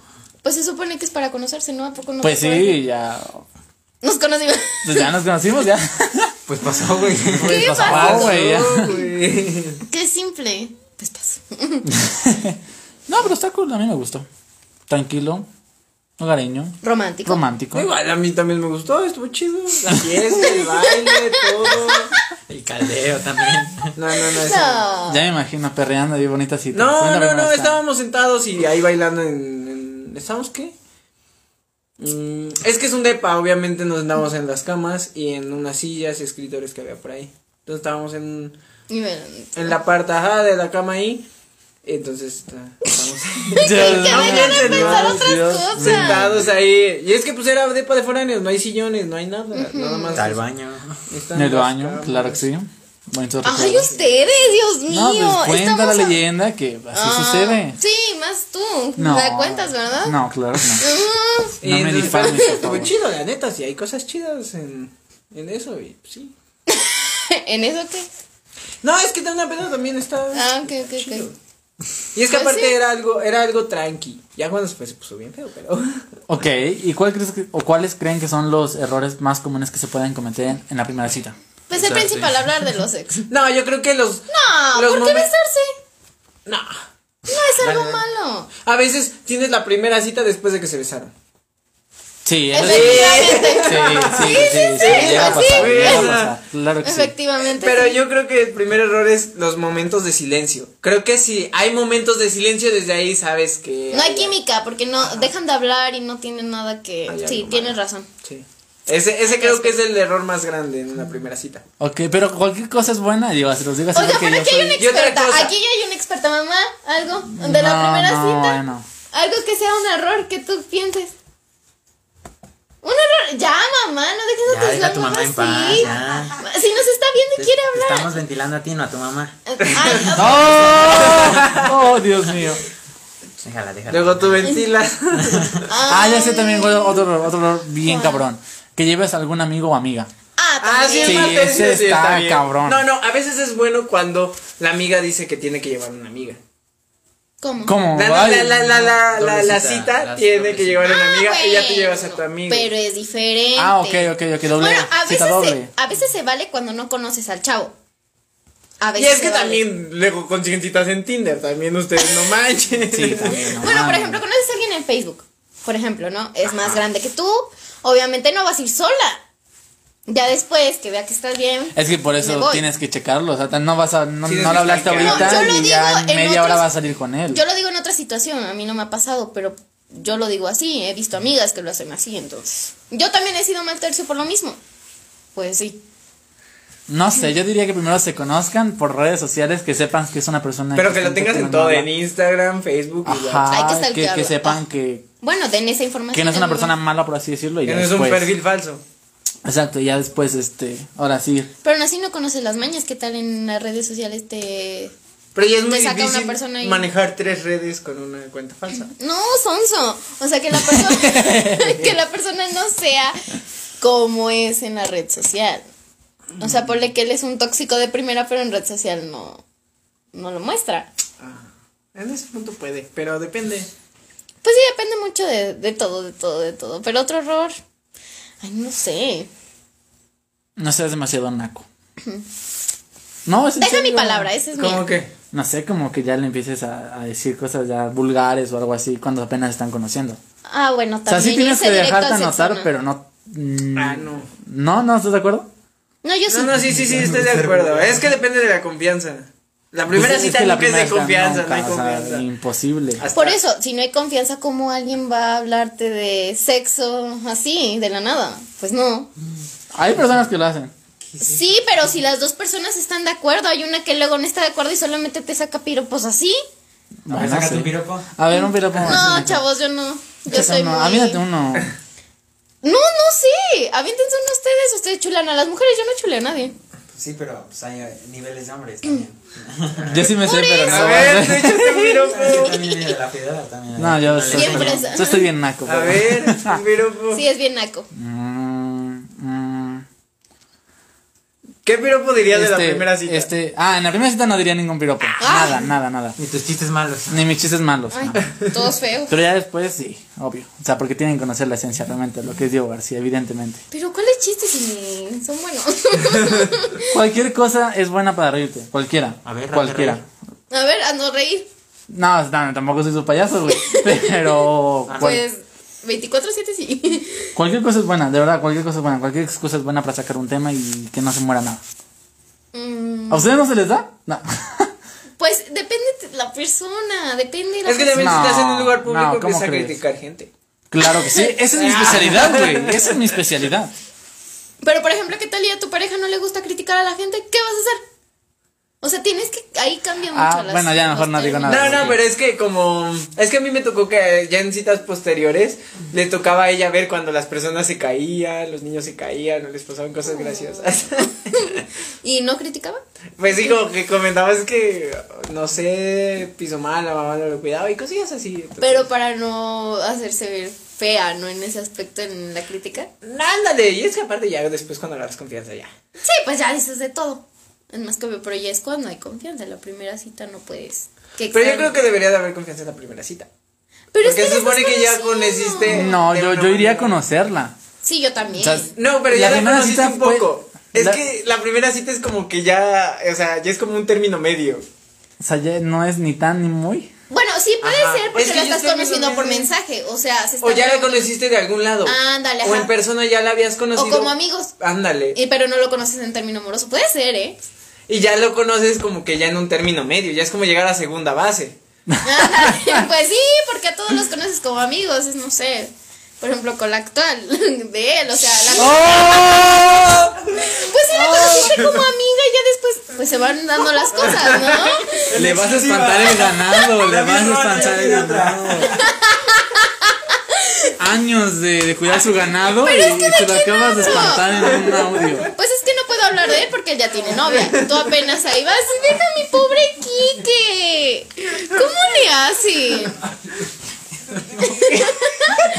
[SPEAKER 2] Pues se supone que es para conocerse, ¿no? ¿A poco no
[SPEAKER 1] Pues
[SPEAKER 2] se acuerdan?
[SPEAKER 1] sí, ya.
[SPEAKER 2] Nos conocimos.
[SPEAKER 1] Pues ya nos conocimos, ya.
[SPEAKER 4] Pues pasó, güey.
[SPEAKER 2] ¿Qué
[SPEAKER 1] Pues
[SPEAKER 2] pasó?
[SPEAKER 1] pasó, güey. ya.
[SPEAKER 3] Oh, güey.
[SPEAKER 2] Qué simple. Pues pasó.
[SPEAKER 1] No, pero está cool. A mí me gustó. Tranquilo. Hogareño.
[SPEAKER 2] Romántico.
[SPEAKER 1] Romántico.
[SPEAKER 3] Igual a mí también me gustó, estuvo chido. La fiesta, el baile, todo.
[SPEAKER 4] El caldeo también.
[SPEAKER 3] No, no, no. eso no.
[SPEAKER 2] No.
[SPEAKER 1] Ya me imagino perreando y bonita cita.
[SPEAKER 3] No,
[SPEAKER 1] Cuéntame
[SPEAKER 3] no,
[SPEAKER 1] cómo
[SPEAKER 3] no,
[SPEAKER 1] está.
[SPEAKER 3] estábamos sentados y ahí bailando en... en- ¿Estábamos qué? Mm, es que es un depa, obviamente nos andábamos en las camas y en unas sillas y escritores que había por ahí. Entonces estábamos en,
[SPEAKER 2] Y me-
[SPEAKER 3] en la parte ajá, de la cama ahí. Entonces está- estábamos
[SPEAKER 1] Dios
[SPEAKER 2] que
[SPEAKER 1] mío,
[SPEAKER 2] vengan a pensar
[SPEAKER 1] Pues, Dios,
[SPEAKER 2] otras
[SPEAKER 1] Dios.
[SPEAKER 2] cosas.
[SPEAKER 3] sentados ahí. Y es que pues era depa de foráneos, no hay sillones, no hay nada. Nada más.
[SPEAKER 4] Hasta el baño.
[SPEAKER 3] están
[SPEAKER 1] En el
[SPEAKER 3] las
[SPEAKER 1] baño,
[SPEAKER 3] camas.
[SPEAKER 1] claro que sí. bonitos
[SPEAKER 2] Ay,
[SPEAKER 1] recuerdos.
[SPEAKER 2] ustedes, Dios mío.
[SPEAKER 1] No, pues cuenta la
[SPEAKER 2] estamos a-
[SPEAKER 1] leyenda que así
[SPEAKER 2] Ah,
[SPEAKER 1] sucede.
[SPEAKER 2] Sí, más tú.
[SPEAKER 1] No.
[SPEAKER 2] La cuentas, ¿verdad?
[SPEAKER 1] No, claro que no.
[SPEAKER 2] Mm,
[SPEAKER 1] No me
[SPEAKER 3] Entonces,
[SPEAKER 1] difames, por
[SPEAKER 3] Estuvo
[SPEAKER 1] favor.
[SPEAKER 3] chido, la neta, sí, hay cosas chidas en, en eso, y pues, sí.
[SPEAKER 2] ¿En eso qué?
[SPEAKER 3] No, es que una pena también está.
[SPEAKER 2] Ah, ok, ok, ok.
[SPEAKER 3] Y es que
[SPEAKER 2] Pues
[SPEAKER 3] aparte
[SPEAKER 2] sí.
[SPEAKER 3] era algo, era algo tranqui. Ya cuando después se puso bien feo, pero.
[SPEAKER 1] Ok, ¿y cuál crees que- o cuáles creen que son los errores más comunes que se pueden cometer en, en la primera cita?
[SPEAKER 2] Pues el
[SPEAKER 4] Besarse.
[SPEAKER 2] principal, hablar de los ex.
[SPEAKER 3] No, yo creo que los.
[SPEAKER 2] No,
[SPEAKER 3] los
[SPEAKER 2] ¿por qué
[SPEAKER 3] momen-
[SPEAKER 2] besarse?
[SPEAKER 3] No.
[SPEAKER 2] No es algo
[SPEAKER 3] Vale, vale.
[SPEAKER 2] malo.
[SPEAKER 3] A veces tienes la primera cita después de que se besaron.
[SPEAKER 1] Sí, eso sí,
[SPEAKER 2] Efectivamente.
[SPEAKER 1] sí, sí, sí,
[SPEAKER 2] sí, sí, pues
[SPEAKER 1] llega a
[SPEAKER 2] sí.
[SPEAKER 1] pasar, llega a
[SPEAKER 3] Sí.
[SPEAKER 1] pasar, claro que sí.
[SPEAKER 2] Efectivamente.
[SPEAKER 3] Pero
[SPEAKER 2] sí.
[SPEAKER 3] yo creo que el primer error es los momentos de silencio. Creo que si hay momentos de silencio, desde ahí sabes que.
[SPEAKER 2] No hay química porque no dejan de hablar y no tienen nada que.
[SPEAKER 3] Hay
[SPEAKER 2] sí,
[SPEAKER 3] algo
[SPEAKER 2] tienes
[SPEAKER 3] malo.
[SPEAKER 2] razón.
[SPEAKER 3] Sí. Ese, ese creo que es el error más grande en una primera cita.
[SPEAKER 1] Ok, pero cualquier cosa es buena, digo, se los digo así
[SPEAKER 2] Oiga,
[SPEAKER 1] porque
[SPEAKER 2] pero
[SPEAKER 1] yo
[SPEAKER 2] aquí hay
[SPEAKER 1] soy...
[SPEAKER 2] una
[SPEAKER 3] y otra
[SPEAKER 2] experta.
[SPEAKER 3] cosa.
[SPEAKER 2] Aquí ya hay una experta, mamá. Algo de la
[SPEAKER 1] No,
[SPEAKER 2] primera
[SPEAKER 1] no,
[SPEAKER 2] cita.
[SPEAKER 1] no.
[SPEAKER 2] Algo que sea un error que tú pienses. Un error. Ya, mamá, no dejes a
[SPEAKER 4] Ya,
[SPEAKER 2] tus
[SPEAKER 4] deja a tu
[SPEAKER 2] langos
[SPEAKER 4] mamá en paz,
[SPEAKER 2] así.
[SPEAKER 4] ya.
[SPEAKER 2] Si nos está viendo y
[SPEAKER 4] Te-
[SPEAKER 2] quiere
[SPEAKER 4] te
[SPEAKER 2] hablar. Ah,
[SPEAKER 4] Estamos ventilando a ti, no a tu mamá.
[SPEAKER 2] Ay,
[SPEAKER 1] ¡Oh! ¡Oh, Dios mío!
[SPEAKER 4] Déjala, déjala.
[SPEAKER 3] Luego tú ventilas.
[SPEAKER 1] Ah, ya sé también güey, otro error, otro error bien cabrón. Que lleves a algún amigo o amiga.
[SPEAKER 2] ah,
[SPEAKER 3] Ah,
[SPEAKER 2] también.
[SPEAKER 3] sí, es
[SPEAKER 1] Sí,
[SPEAKER 3] más
[SPEAKER 1] ese
[SPEAKER 3] tenso, sí,
[SPEAKER 1] está
[SPEAKER 3] bien.
[SPEAKER 1] cabrón.
[SPEAKER 3] No, no, a veces es bueno cuando la amiga dice que tiene que llevar una amiga.
[SPEAKER 2] ¿Cómo?
[SPEAKER 1] ¿Cómo?
[SPEAKER 3] La, la, la,
[SPEAKER 1] Ay,
[SPEAKER 3] la, la, la, la- la
[SPEAKER 4] Doble cita,
[SPEAKER 3] cita
[SPEAKER 4] la
[SPEAKER 3] tiene
[SPEAKER 4] doble
[SPEAKER 3] que
[SPEAKER 4] cita.
[SPEAKER 3] llevar una amiga y ya
[SPEAKER 2] Ah,
[SPEAKER 3] te
[SPEAKER 2] bueno,
[SPEAKER 3] llevas a tu amigo.
[SPEAKER 2] Pero es diferente.
[SPEAKER 1] Ah, ok, ok, ok, doble.
[SPEAKER 2] Bueno, a
[SPEAKER 1] cita
[SPEAKER 2] veces,
[SPEAKER 1] doble.
[SPEAKER 2] se, a veces se vale cuando no conoces al chavo. A
[SPEAKER 3] Y
[SPEAKER 2] veces
[SPEAKER 3] es que
[SPEAKER 2] se vale.
[SPEAKER 3] también luego consiguen citas en Tinder, también ustedes no manchen.
[SPEAKER 1] Sí, también. no
[SPEAKER 2] Bueno, por
[SPEAKER 1] mames.
[SPEAKER 2] ejemplo, conoces a alguien en Facebook. Por ejemplo, ¿no? Es más grande que tú. Obviamente no vas a ir sola. Ya después que vea que estás bien.
[SPEAKER 1] Es que por
[SPEAKER 2] me
[SPEAKER 1] eso
[SPEAKER 2] voy.
[SPEAKER 1] tienes que checarlo, o sea, tan- no vas a, no,
[SPEAKER 3] Sí,
[SPEAKER 1] no lo hablaste
[SPEAKER 3] desde que-
[SPEAKER 1] ahorita
[SPEAKER 2] No, yo lo
[SPEAKER 1] y ya en
[SPEAKER 2] digo en
[SPEAKER 1] media
[SPEAKER 2] otros-
[SPEAKER 1] hora vas a salir con él.
[SPEAKER 2] Yo lo digo en otra situación. A mí no me ha pasado, pero yo lo digo así. He visto amigas que lo hacen así. Entonces, yo también he sido mal tercio por lo mismo. Pues sí.
[SPEAKER 1] No sé, yo diría que primero se conozcan por redes sociales, que sepan que es una persona.
[SPEAKER 3] Pero que lo
[SPEAKER 1] gente
[SPEAKER 3] tengas en
[SPEAKER 1] no
[SPEAKER 3] todo,
[SPEAKER 1] habla.
[SPEAKER 3] en Instagram, Facebook y
[SPEAKER 2] Hay
[SPEAKER 3] WhatsApp.
[SPEAKER 2] que
[SPEAKER 1] Ajá, que, que
[SPEAKER 2] stalkearlo.
[SPEAKER 1] sepan
[SPEAKER 2] Ah.
[SPEAKER 1] que,
[SPEAKER 2] Bueno, den esa información.
[SPEAKER 1] que no es una
[SPEAKER 2] amigo.
[SPEAKER 1] persona mala, por así decirlo. Y
[SPEAKER 3] Que
[SPEAKER 1] ya
[SPEAKER 3] no es un
[SPEAKER 1] después,
[SPEAKER 3] perfil falso.
[SPEAKER 1] Exacto, y ya después, este, ahora sí.
[SPEAKER 2] Pero aún así no conoces las mañas. ¿Qué tal en las redes sociales te.?
[SPEAKER 3] Pero ya es
[SPEAKER 2] Te
[SPEAKER 3] muy
[SPEAKER 2] saca una
[SPEAKER 3] difícil
[SPEAKER 2] persona ahí.
[SPEAKER 3] manejar tres redes con una cuenta falsa.
[SPEAKER 2] No, sonso. O sea, que la persona, que la persona no sea como es en la red social. O sea, ponle que él es un tóxico de primera, pero en red social no, no lo muestra.
[SPEAKER 3] Ah, En ese punto puede, pero depende.
[SPEAKER 2] Pues sí, depende mucho de, de todo, de todo, de todo. Pero otro error. Ay, no sé.
[SPEAKER 1] No seas demasiado naco. Pues No, es en
[SPEAKER 2] Deja mi
[SPEAKER 1] serio.
[SPEAKER 2] palabra, esa es
[SPEAKER 3] ¿Cómo
[SPEAKER 2] mi.
[SPEAKER 3] que?
[SPEAKER 1] No sé, como que ya le empieces a, a decir cosas ya vulgares o algo así cuando apenas están conociendo.
[SPEAKER 2] Ah, bueno,
[SPEAKER 1] O sea,
[SPEAKER 2] también.
[SPEAKER 1] sí tienes
[SPEAKER 2] irse
[SPEAKER 1] que
[SPEAKER 2] directo
[SPEAKER 1] dejarte
[SPEAKER 2] al sexo,
[SPEAKER 1] anotar,
[SPEAKER 2] ¿no?
[SPEAKER 1] pero no. mm,
[SPEAKER 3] Ah, no.
[SPEAKER 1] No, no, ¿estás de acuerdo?
[SPEAKER 2] No, yo sí.
[SPEAKER 3] No, no, sí, sí, sí, estoy de acuerdo. Es que depende de la confianza. La primera
[SPEAKER 1] Pues,
[SPEAKER 3] cita
[SPEAKER 1] que la
[SPEAKER 3] nunca es de
[SPEAKER 1] primera cita
[SPEAKER 3] confianza, no hay
[SPEAKER 1] nunca, o sea,
[SPEAKER 3] confianza.
[SPEAKER 1] imposible.
[SPEAKER 3] Hasta-
[SPEAKER 2] Por eso, si no hay confianza, ¿cómo alguien va a hablarte de sexo así, de la nada? Pues no.
[SPEAKER 1] Hay personas que lo hacen.
[SPEAKER 2] Sí, pero si las dos personas están de acuerdo, hay una que luego no está de acuerdo y solamente te saca piropos así.
[SPEAKER 1] Bueno,
[SPEAKER 4] saca
[SPEAKER 1] sí.
[SPEAKER 4] tu piropo.
[SPEAKER 1] A ver, un piropo.
[SPEAKER 2] No, chavos, yo no. Yo soy muy...
[SPEAKER 1] A mí date uno.
[SPEAKER 2] No, no sé. Aviéntense uno ustedes. Ustedes chulan a las mujeres. Yo no chuleo a nadie.
[SPEAKER 4] Sí, pero pues, hay eh, niveles de hombres también.
[SPEAKER 1] Yo sí me sé, pero
[SPEAKER 3] A
[SPEAKER 1] no.
[SPEAKER 3] ver, tú échate un
[SPEAKER 4] Yo
[SPEAKER 3] piropo.
[SPEAKER 4] también mira, la piedad también.
[SPEAKER 1] No, yo estoy,
[SPEAKER 2] Siempre
[SPEAKER 1] bien,
[SPEAKER 2] es-
[SPEAKER 1] yo estoy bien naco.
[SPEAKER 3] A
[SPEAKER 1] pero-
[SPEAKER 3] ver, un piropo.
[SPEAKER 2] Sí, es bien naco.
[SPEAKER 1] Mm, mm.
[SPEAKER 3] ¿Qué piropo dirías de la
[SPEAKER 1] Este,
[SPEAKER 3] primera cita?
[SPEAKER 1] Este, ah, en la primera cita no diría ningún piropo. Nada, nada, nada.
[SPEAKER 4] Ni tus chistes malos.
[SPEAKER 1] Ni mis chistes malos.
[SPEAKER 2] Ah. Ay,
[SPEAKER 1] no.
[SPEAKER 2] todos feos.
[SPEAKER 1] Pero ya después sí, obvio. O sea, porque tienen que conocer la esencia realmente, lo que es Diego García, evidentemente.
[SPEAKER 2] Pero ¿cuáles chistes si ni son buenos?
[SPEAKER 1] Cualquier cosa es buena para reírte, cualquiera.
[SPEAKER 4] A ver, hazte
[SPEAKER 1] cualquiera.
[SPEAKER 4] reír.
[SPEAKER 2] a ver, a no reír.
[SPEAKER 1] No, no, tampoco soy su payaso, güey. Pero
[SPEAKER 4] Ah,
[SPEAKER 1] cual-
[SPEAKER 2] Pues 24-7 sí.
[SPEAKER 1] cualquier cosa es buena, de verdad, cualquier cosa es buena. Cualquier excusa es buena para sacar un tema y que no se muera nada.
[SPEAKER 2] Mm,
[SPEAKER 1] ¿A ustedes no se les da? No.
[SPEAKER 2] Pues depende de la persona. Depende de la
[SPEAKER 3] Es que
[SPEAKER 2] persona.
[SPEAKER 3] también
[SPEAKER 1] No,
[SPEAKER 3] si estás en un lugar
[SPEAKER 1] no,
[SPEAKER 3] público
[SPEAKER 1] ¿cómo
[SPEAKER 3] empieza a
[SPEAKER 1] crees?
[SPEAKER 3] criticar gente.
[SPEAKER 1] claro que sí. Esa es mi especialidad, güey. Esa es mi especialidad.
[SPEAKER 2] Pero por ejemplo, ¿qué tal y a tu pareja no le gusta criticar a la gente? ¿Qué vas a hacer? O sea, tienes que. Ahí cambia mucho
[SPEAKER 1] Ah,
[SPEAKER 2] las-
[SPEAKER 1] bueno, ya mejor
[SPEAKER 2] los
[SPEAKER 1] no digo nada.
[SPEAKER 2] términos.
[SPEAKER 3] No, no,
[SPEAKER 1] sí.
[SPEAKER 3] pero es que como. Es que a mí me tocó que ya en citas posteriores le tocaba a ella ver cuando las personas se caían, los niños se caían, o les pasaban cosas graciosas.
[SPEAKER 2] ¿Y no criticaba?
[SPEAKER 3] pues sí, como que comentabas que, no sé, piso mal, la mamá no lo cuidaba y cosillas así. entonces-
[SPEAKER 2] Pero para no hacerse ver fea, ¿no? En ese aspecto, en la crítica.
[SPEAKER 3] Ándale, y es que aparte ya después cuando agarras confianza ya.
[SPEAKER 2] Sí, pues ya dices de todo. Es más que obvio, pero ya es cuando hay confianza. En la primera cita no puedes. que
[SPEAKER 3] Pero yo
[SPEAKER 2] extraño.
[SPEAKER 3] creo que debería de haber confianza en la primera cita.
[SPEAKER 2] Pero es que
[SPEAKER 3] porque se
[SPEAKER 2] la estás
[SPEAKER 3] supone que ya
[SPEAKER 2] conociendo.
[SPEAKER 3] conociste-
[SPEAKER 1] No,
[SPEAKER 3] de
[SPEAKER 1] yo,
[SPEAKER 3] una
[SPEAKER 1] yo iría a
[SPEAKER 3] manera.
[SPEAKER 1] conocerla.
[SPEAKER 2] Sí, yo también.
[SPEAKER 1] O sea,
[SPEAKER 3] No, pero
[SPEAKER 1] La
[SPEAKER 3] ya la,
[SPEAKER 1] primera
[SPEAKER 3] conociste
[SPEAKER 1] cita
[SPEAKER 3] un
[SPEAKER 1] fue-
[SPEAKER 3] poco. Es
[SPEAKER 1] la-
[SPEAKER 3] que la primera cita es como que ya, o sea, ya es como un término medio.
[SPEAKER 1] O sea, ya no es ni tan ni muy.
[SPEAKER 2] bueno, sí puede
[SPEAKER 3] Ajá.
[SPEAKER 2] ser porque
[SPEAKER 3] Es que
[SPEAKER 2] la
[SPEAKER 3] yo
[SPEAKER 2] estás
[SPEAKER 3] estoy
[SPEAKER 2] conociendo por
[SPEAKER 3] viendo-
[SPEAKER 2] mensaje. O sea, se
[SPEAKER 3] O
[SPEAKER 2] están
[SPEAKER 3] ya la
[SPEAKER 2] viendo-
[SPEAKER 3] conociste de algún lado.
[SPEAKER 2] Ándale,
[SPEAKER 3] O
[SPEAKER 2] ajá.
[SPEAKER 3] en persona ya la habías conocido.
[SPEAKER 2] O como amigos.
[SPEAKER 3] Ándale.
[SPEAKER 2] Eh, pero no lo conoces en término amoroso. Puede ser, ¿eh?
[SPEAKER 3] Y ya lo conoces como que ya en un término medio, ya es como llegar a segunda base.
[SPEAKER 2] Ándale, pues sí, porque a todos los conoces como amigos, es, no sé. Por ejemplo, con la actual de él, o sea, la
[SPEAKER 3] Oh.
[SPEAKER 2] Pues sí la conociste como amiga y ya después pues se van dando las cosas, ¿no?
[SPEAKER 4] Le vas a espantar el ganado, le vas a espantar el ganado.
[SPEAKER 1] Años de, de cuidar su ganado y,
[SPEAKER 2] Pero es que
[SPEAKER 1] y
[SPEAKER 2] de
[SPEAKER 1] te lo
[SPEAKER 2] aquí
[SPEAKER 1] acabas de
[SPEAKER 2] no.
[SPEAKER 1] espantar en un audio.
[SPEAKER 2] Pues es que no puedo hablar de él porque él ya tiene novia. Tú apenas ahí vas, deja a mi pobre Quique. ¿Cómo le hace?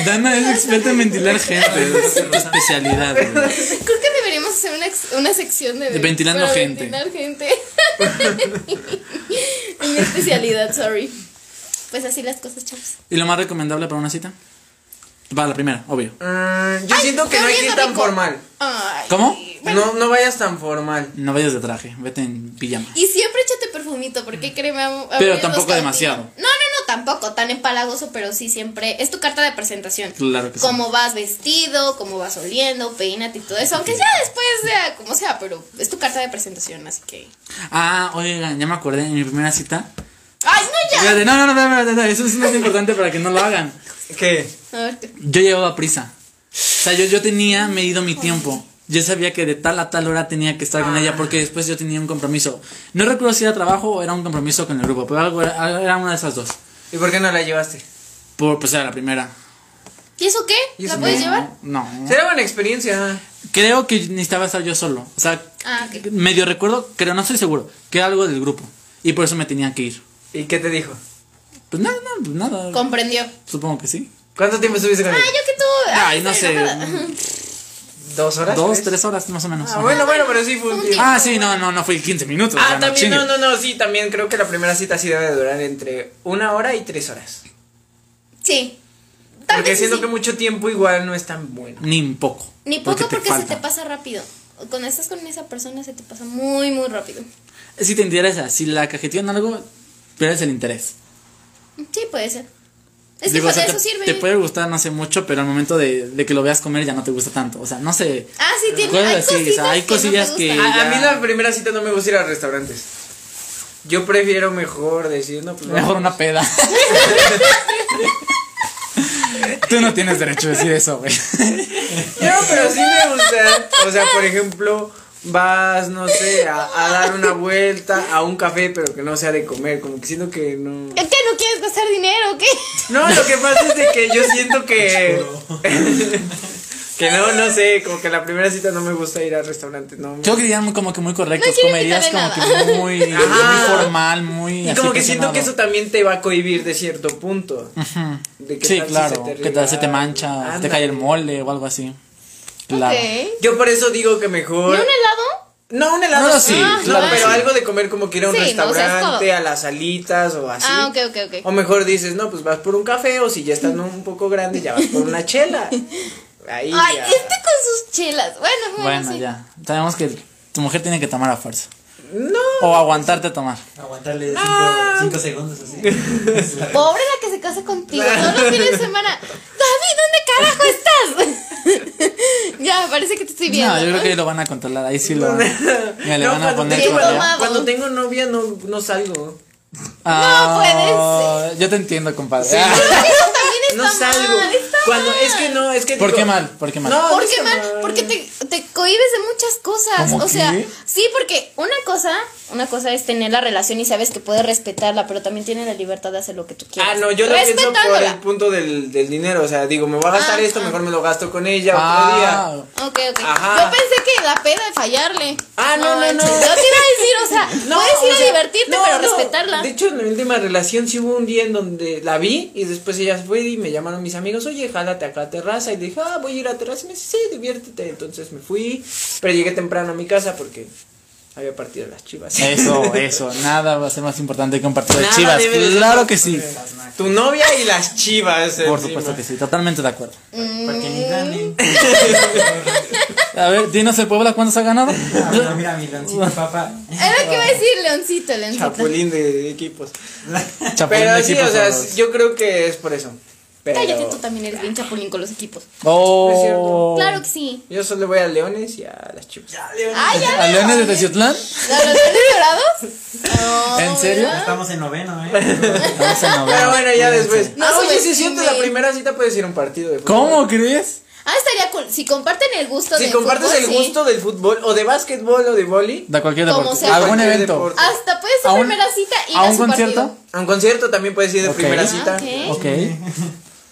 [SPEAKER 1] Dana es experta en ventilar gente, es tu especialidad. güey.
[SPEAKER 2] Creo que deberíamos hacer una, ex- una sección de,
[SPEAKER 1] De ventilando
[SPEAKER 2] para
[SPEAKER 1] gente.
[SPEAKER 2] Ventilar gente. Mi especialidad, sorry. Pues así las cosas, chavos.
[SPEAKER 1] ¿Y lo más recomendable para una cita? Para la primera, obvio.
[SPEAKER 3] Mm, yo
[SPEAKER 2] Ay,
[SPEAKER 3] siento que
[SPEAKER 2] está
[SPEAKER 3] no hay que ir
[SPEAKER 2] oliendo
[SPEAKER 3] tan
[SPEAKER 2] rico.
[SPEAKER 3] formal.
[SPEAKER 2] Ay.
[SPEAKER 1] ¿Cómo?
[SPEAKER 3] No, no vayas tan formal.
[SPEAKER 1] No vayas de traje, vete en pijama.
[SPEAKER 2] Y siempre échate perfumito, porque créeme. am-
[SPEAKER 1] Mm. Pero
[SPEAKER 2] abrir
[SPEAKER 1] tampoco
[SPEAKER 2] los
[SPEAKER 1] demasiado.
[SPEAKER 2] cautivos. No, no, no, tampoco, tan empalagoso, pero sí siempre. Es tu carta de presentación.
[SPEAKER 1] Claro que sí.
[SPEAKER 2] Cómo vas vestido, cómo vas oliendo, peínate y todo eso. Aunque ya después sea como sea, pero es tu carta de presentación, así que.
[SPEAKER 1] Ah, oigan, ya me acordé, en mi primera cita.
[SPEAKER 2] ¡Ay, no, ya!
[SPEAKER 1] Espérate, no, no, no, espérate, espérate, espérate, eso es muy importante para que no lo hagan.
[SPEAKER 3] ¿Qué?
[SPEAKER 2] A ver, ¿qué?
[SPEAKER 1] Yo llevaba prisa. O sea, yo, yo tenía medido mi tiempo. Yo sabía que de tal a tal hora tenía que estar con
[SPEAKER 3] Ah.
[SPEAKER 1] ella porque después yo tenía un compromiso. No recuerdo si era trabajo o era un compromiso con el grupo, pero algo era, era una de esas dos.
[SPEAKER 3] ¿Y por qué no la llevaste?
[SPEAKER 1] Por, pues era la primera.
[SPEAKER 2] ¿Y eso qué?
[SPEAKER 3] ¿Y
[SPEAKER 2] ¿La
[SPEAKER 3] eso
[SPEAKER 2] puedes
[SPEAKER 3] qué?
[SPEAKER 2] llevar?
[SPEAKER 1] No.
[SPEAKER 3] Será buena experiencia.
[SPEAKER 1] Creo que necesitaba estar yo solo. O sea,
[SPEAKER 2] Ah, ok.
[SPEAKER 1] medio recuerdo, creo, no estoy seguro, que era algo del grupo. Y por eso me tenía que ir.
[SPEAKER 3] ¿Y qué te dijo?
[SPEAKER 1] Pues nada, no, pues nada.
[SPEAKER 2] Comprendió.
[SPEAKER 1] Supongo que sí.
[SPEAKER 3] ¿Cuánto tiempo estuviste con
[SPEAKER 2] Ah,
[SPEAKER 3] él?
[SPEAKER 2] yo que tú.
[SPEAKER 1] Ay, no sé.
[SPEAKER 3] ¿Dos horas?
[SPEAKER 1] Dos, tres horas más o menos.
[SPEAKER 3] Ah, bueno, bueno, pero sí fue un
[SPEAKER 2] Un
[SPEAKER 3] tiempo.
[SPEAKER 1] Ah, sí, no, no, no fui 15 minutos. o
[SPEAKER 3] Ah,
[SPEAKER 1] sea, no
[SPEAKER 3] también, no,
[SPEAKER 1] chingues.
[SPEAKER 3] no, no, sí, también creo que la primera cita sí debe de durar entre una hora y tres horas.
[SPEAKER 2] Sí. Tal
[SPEAKER 3] Porque
[SPEAKER 2] vez sí,
[SPEAKER 3] siento
[SPEAKER 2] sí.
[SPEAKER 3] que mucho tiempo igual no es tan bueno.
[SPEAKER 1] Ni un poco.
[SPEAKER 2] Ni poco porque, se
[SPEAKER 1] falta.
[SPEAKER 2] te pasa rápido. Cuando estás con esa persona se te pasa muy, muy rápido.
[SPEAKER 1] Si te interesa, si la cajetean algo, pierdes el interés.
[SPEAKER 2] Sí, puede ser. Es
[SPEAKER 1] Digo,
[SPEAKER 2] que
[SPEAKER 1] o sea,
[SPEAKER 2] para
[SPEAKER 1] te,
[SPEAKER 2] eso sirve.
[SPEAKER 1] te puede gustar no sé mucho, pero al momento de, de que lo veas comer ya no te gusta tanto. O sea, no sé.
[SPEAKER 2] Ah, sí, tiene,
[SPEAKER 1] Puede
[SPEAKER 2] hay
[SPEAKER 1] decir, o
[SPEAKER 2] cosillas,
[SPEAKER 1] sea, hay cosillas
[SPEAKER 2] que,
[SPEAKER 1] que-
[SPEAKER 2] no te gustan. Ah,
[SPEAKER 3] A, a
[SPEAKER 1] ya.
[SPEAKER 3] mí la primera cita no me gusta ir a restaurantes. Yo prefiero mejor decir, no, pues
[SPEAKER 1] Mejor una peda. Tú no tienes derecho a decir eso, güey.
[SPEAKER 3] No, pero sí me gusta. O sea, por ejemplo, vas, no sé, a, a dar una vuelta a un café, pero que no sea de comer. Como que siento que no.
[SPEAKER 2] ¿Qué? ¿No quieres gastar dinero o qué?
[SPEAKER 3] No, lo que pasa es de que yo siento que. que no, no sé. Como que la primera cita no me gusta ir al restaurante. No,
[SPEAKER 1] Creo que dirían como que muy correctos,
[SPEAKER 2] No quiero
[SPEAKER 1] comerías como
[SPEAKER 2] invitarle
[SPEAKER 1] que muy, muy
[SPEAKER 2] Ah.
[SPEAKER 3] Ajá.
[SPEAKER 1] formal, muy.
[SPEAKER 3] y
[SPEAKER 1] así
[SPEAKER 3] como que siento
[SPEAKER 1] presionado.
[SPEAKER 3] que eso también te va a cohibir de cierto punto.
[SPEAKER 1] Mm.
[SPEAKER 3] De que
[SPEAKER 1] Sí,
[SPEAKER 3] tal si
[SPEAKER 1] claro.
[SPEAKER 3] se te
[SPEAKER 1] que tal se te
[SPEAKER 3] regala?
[SPEAKER 1] mancha, se te
[SPEAKER 3] Ándale.
[SPEAKER 1] cae el mole o algo así. Claro.
[SPEAKER 2] Ok.
[SPEAKER 3] Yo por eso digo que
[SPEAKER 2] ¿Y
[SPEAKER 3] mejor.
[SPEAKER 2] un helado?
[SPEAKER 3] No, un helado
[SPEAKER 1] No,
[SPEAKER 3] sí.
[SPEAKER 1] sí,
[SPEAKER 3] No,
[SPEAKER 1] claro que
[SPEAKER 3] pero
[SPEAKER 1] sí.
[SPEAKER 3] algo de comer como que ir a un
[SPEAKER 2] Sí, no, o sea, es
[SPEAKER 3] restaurante,
[SPEAKER 2] todo.
[SPEAKER 3] a las alitas o así.
[SPEAKER 2] Ah, ok, ok, ok.
[SPEAKER 3] O mejor dices, no, pues vas por un café o si ya estás un poco grande, ya vas por una chela. Ahí
[SPEAKER 2] Ay,
[SPEAKER 3] ya.
[SPEAKER 2] este con sus chelas. Bueno, bueno,
[SPEAKER 1] Bueno,
[SPEAKER 2] sí.
[SPEAKER 1] ya. Sabemos que tu mujer tiene que tomar a fuerza.
[SPEAKER 3] No.
[SPEAKER 1] O aguantarte a tomar.
[SPEAKER 5] Aguantarle cinco, cinco segundos así.
[SPEAKER 2] Pobre la que se casa contigo todos los fines de semana. David, ¿dónde carajo estás? ya, parece que te estoy viendo.
[SPEAKER 1] No, yo creo
[SPEAKER 2] ¿no?
[SPEAKER 1] que lo van a controlar. Ahí sí lo van. Mira, le
[SPEAKER 3] No,
[SPEAKER 1] van a
[SPEAKER 3] cuando,
[SPEAKER 1] poner como
[SPEAKER 2] como
[SPEAKER 3] tengo, cuando-
[SPEAKER 1] ya.
[SPEAKER 2] Tomado.
[SPEAKER 3] cuando tengo novia no, no salgo.
[SPEAKER 1] Ah, Yo te entiendo, compadre. Ah,
[SPEAKER 2] Eso también está
[SPEAKER 3] No salgo.
[SPEAKER 2] mal, está
[SPEAKER 3] Cuando
[SPEAKER 2] mal.
[SPEAKER 3] es que no, es que
[SPEAKER 1] ¿Por
[SPEAKER 3] digo-
[SPEAKER 1] qué mal? ¿Por qué mal?
[SPEAKER 3] No, no
[SPEAKER 2] Porque
[SPEAKER 3] está
[SPEAKER 2] mal, porque te, te cohibes de muchas cosas.
[SPEAKER 1] ¿Cómo
[SPEAKER 2] o sea,
[SPEAKER 1] qué?
[SPEAKER 2] Sí, porque una cosa, una cosa es tener la relación y sabes que puedes respetarla, pero también tienes la libertad de hacer lo que tú quieras.
[SPEAKER 3] Ah, no, yo lo pienso por el
[SPEAKER 2] Respetándola.
[SPEAKER 3] punto del, del dinero. O sea, digo, me voy a gastar
[SPEAKER 2] Ah,
[SPEAKER 3] esto,
[SPEAKER 2] ah.
[SPEAKER 3] mejor me lo gasto con ella otro
[SPEAKER 1] Ah,
[SPEAKER 3] día.
[SPEAKER 2] Ok, ok.
[SPEAKER 3] Ajá.
[SPEAKER 2] Yo pensé que la peda de fallarle.
[SPEAKER 3] Ah, no, no, no.
[SPEAKER 2] manches, Yo te iba a decir, o sea, puedes ir
[SPEAKER 3] o
[SPEAKER 2] a
[SPEAKER 3] sea,
[SPEAKER 2] divertirte,
[SPEAKER 3] no,
[SPEAKER 2] pero
[SPEAKER 3] no.
[SPEAKER 2] respetarla.
[SPEAKER 3] De hecho, en la última relación sí hubo un día en donde la vi y después ella se fue y me llamaron mis amigos, oye, jálate acá a la terraza. Y le dije, ah, voy a ir a la terraza. Y me dice, sí, diviértete. Entonces me fui, pero llegué temprano a mi casa porque había partido las chivas.
[SPEAKER 1] Eso, eso. Nada va a ser más importante que un partido de
[SPEAKER 3] Nada
[SPEAKER 1] chivas.
[SPEAKER 3] debe de ser
[SPEAKER 1] Claro
[SPEAKER 3] más
[SPEAKER 1] que sí.
[SPEAKER 3] Tu novia y las chivas.
[SPEAKER 1] Por
[SPEAKER 3] encima.
[SPEAKER 1] supuesto que sí. Totalmente de acuerdo.
[SPEAKER 4] Porque ni gane.
[SPEAKER 1] A ver, dinos el Puebla cuántos ha ganado.
[SPEAKER 5] Ah, no, mira, mi lancito, papá.
[SPEAKER 2] Era lo que iba a decir, Leoncito, Leoncito.
[SPEAKER 3] Chapulín de equipos.
[SPEAKER 1] Chapulín
[SPEAKER 3] Pero
[SPEAKER 1] de
[SPEAKER 3] sí,
[SPEAKER 1] equipos
[SPEAKER 3] o sea,
[SPEAKER 1] favoritos.
[SPEAKER 3] yo creo que es por eso. Pero
[SPEAKER 2] Cállate, tú también eres bien chapulín con los equipos.
[SPEAKER 3] es
[SPEAKER 1] Oh. Oh.
[SPEAKER 3] cierto.
[SPEAKER 2] Claro que sí.
[SPEAKER 3] yo solo voy a Leones y a las chivas.
[SPEAKER 2] Ah, ya.
[SPEAKER 1] ¿A Leones de Teciutlán?
[SPEAKER 2] ¿A los verdes dorados? Ah, No,
[SPEAKER 1] ¿En Pues, serio?
[SPEAKER 2] ¿verdad?
[SPEAKER 5] Estamos en noveno, ¿eh?
[SPEAKER 1] Vamos a novena.
[SPEAKER 3] Pero bueno, ya después.
[SPEAKER 2] No
[SPEAKER 3] ah, oye, si
[SPEAKER 2] subestimen.
[SPEAKER 3] sientes la primera cita puedes ir a un partido de fútbol.
[SPEAKER 1] ¿Cómo crees?
[SPEAKER 2] Ah, estaría cool. Si comparten el gusto
[SPEAKER 3] Si
[SPEAKER 2] del
[SPEAKER 3] compartes
[SPEAKER 2] fútbol,
[SPEAKER 3] el
[SPEAKER 2] sí.
[SPEAKER 3] gusto del fútbol o de básquetbol o de vóley,
[SPEAKER 1] De cualquier
[SPEAKER 2] Como
[SPEAKER 1] deporte.
[SPEAKER 2] sea.
[SPEAKER 1] Algún
[SPEAKER 3] Cualquier
[SPEAKER 1] evento.
[SPEAKER 3] deporte.
[SPEAKER 2] Hasta puede ser
[SPEAKER 1] ¿A un-
[SPEAKER 2] primera cita ir
[SPEAKER 1] a
[SPEAKER 2] a,
[SPEAKER 1] un
[SPEAKER 2] su
[SPEAKER 1] concierto?
[SPEAKER 2] partido.
[SPEAKER 3] a un concierto también puedes ir de
[SPEAKER 1] Ok.
[SPEAKER 3] primera
[SPEAKER 1] Ah,
[SPEAKER 3] cita.
[SPEAKER 2] ok.
[SPEAKER 1] Ok.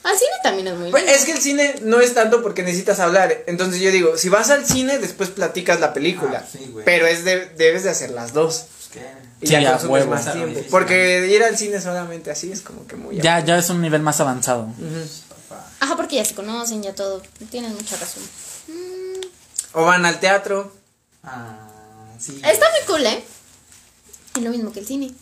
[SPEAKER 2] Al cine Ah, también es muy
[SPEAKER 3] Pues, Es que el cine no es tanto porque necesitas hablar. Entonces yo digo, si vas al cine, después platicas la película.
[SPEAKER 5] Ah, sí, güey.
[SPEAKER 3] pero es de- debes de hacer las dos.
[SPEAKER 5] Pues, ¿qué?
[SPEAKER 3] Y
[SPEAKER 1] Sí,
[SPEAKER 3] ya
[SPEAKER 1] a
[SPEAKER 3] consumes
[SPEAKER 1] huevo.
[SPEAKER 3] más
[SPEAKER 5] Está
[SPEAKER 3] tiempo.
[SPEAKER 5] difícil.
[SPEAKER 3] Porque ir al cine solamente así es como que muy.
[SPEAKER 1] Ya, ya es un nivel más avanzado.
[SPEAKER 2] Ajá, porque ya se conocen, ya todo. Tienes mucha razón. Mm,
[SPEAKER 3] O van al teatro.
[SPEAKER 5] Ah, sí.
[SPEAKER 2] está muy cool, ¿eh? Es lo mismo que el cine.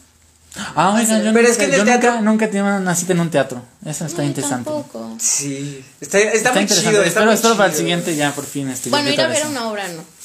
[SPEAKER 1] Ah, oigan, yo, nunca,
[SPEAKER 3] Pero es que en el
[SPEAKER 1] yo nunca-
[SPEAKER 3] teatro-
[SPEAKER 1] nunca tenía una cita en un teatro. Eso está
[SPEAKER 2] No,
[SPEAKER 1] interesante.
[SPEAKER 2] Tampoco.
[SPEAKER 3] Sí. Está, está, muy
[SPEAKER 1] interesante.
[SPEAKER 3] chido. Está
[SPEAKER 1] espero
[SPEAKER 3] muy
[SPEAKER 1] espero para el
[SPEAKER 3] chido.
[SPEAKER 1] siguiente ya, por fin. Este,
[SPEAKER 2] Bueno,
[SPEAKER 1] yo
[SPEAKER 2] ir a
[SPEAKER 1] otra vez.
[SPEAKER 2] ver una obra, no.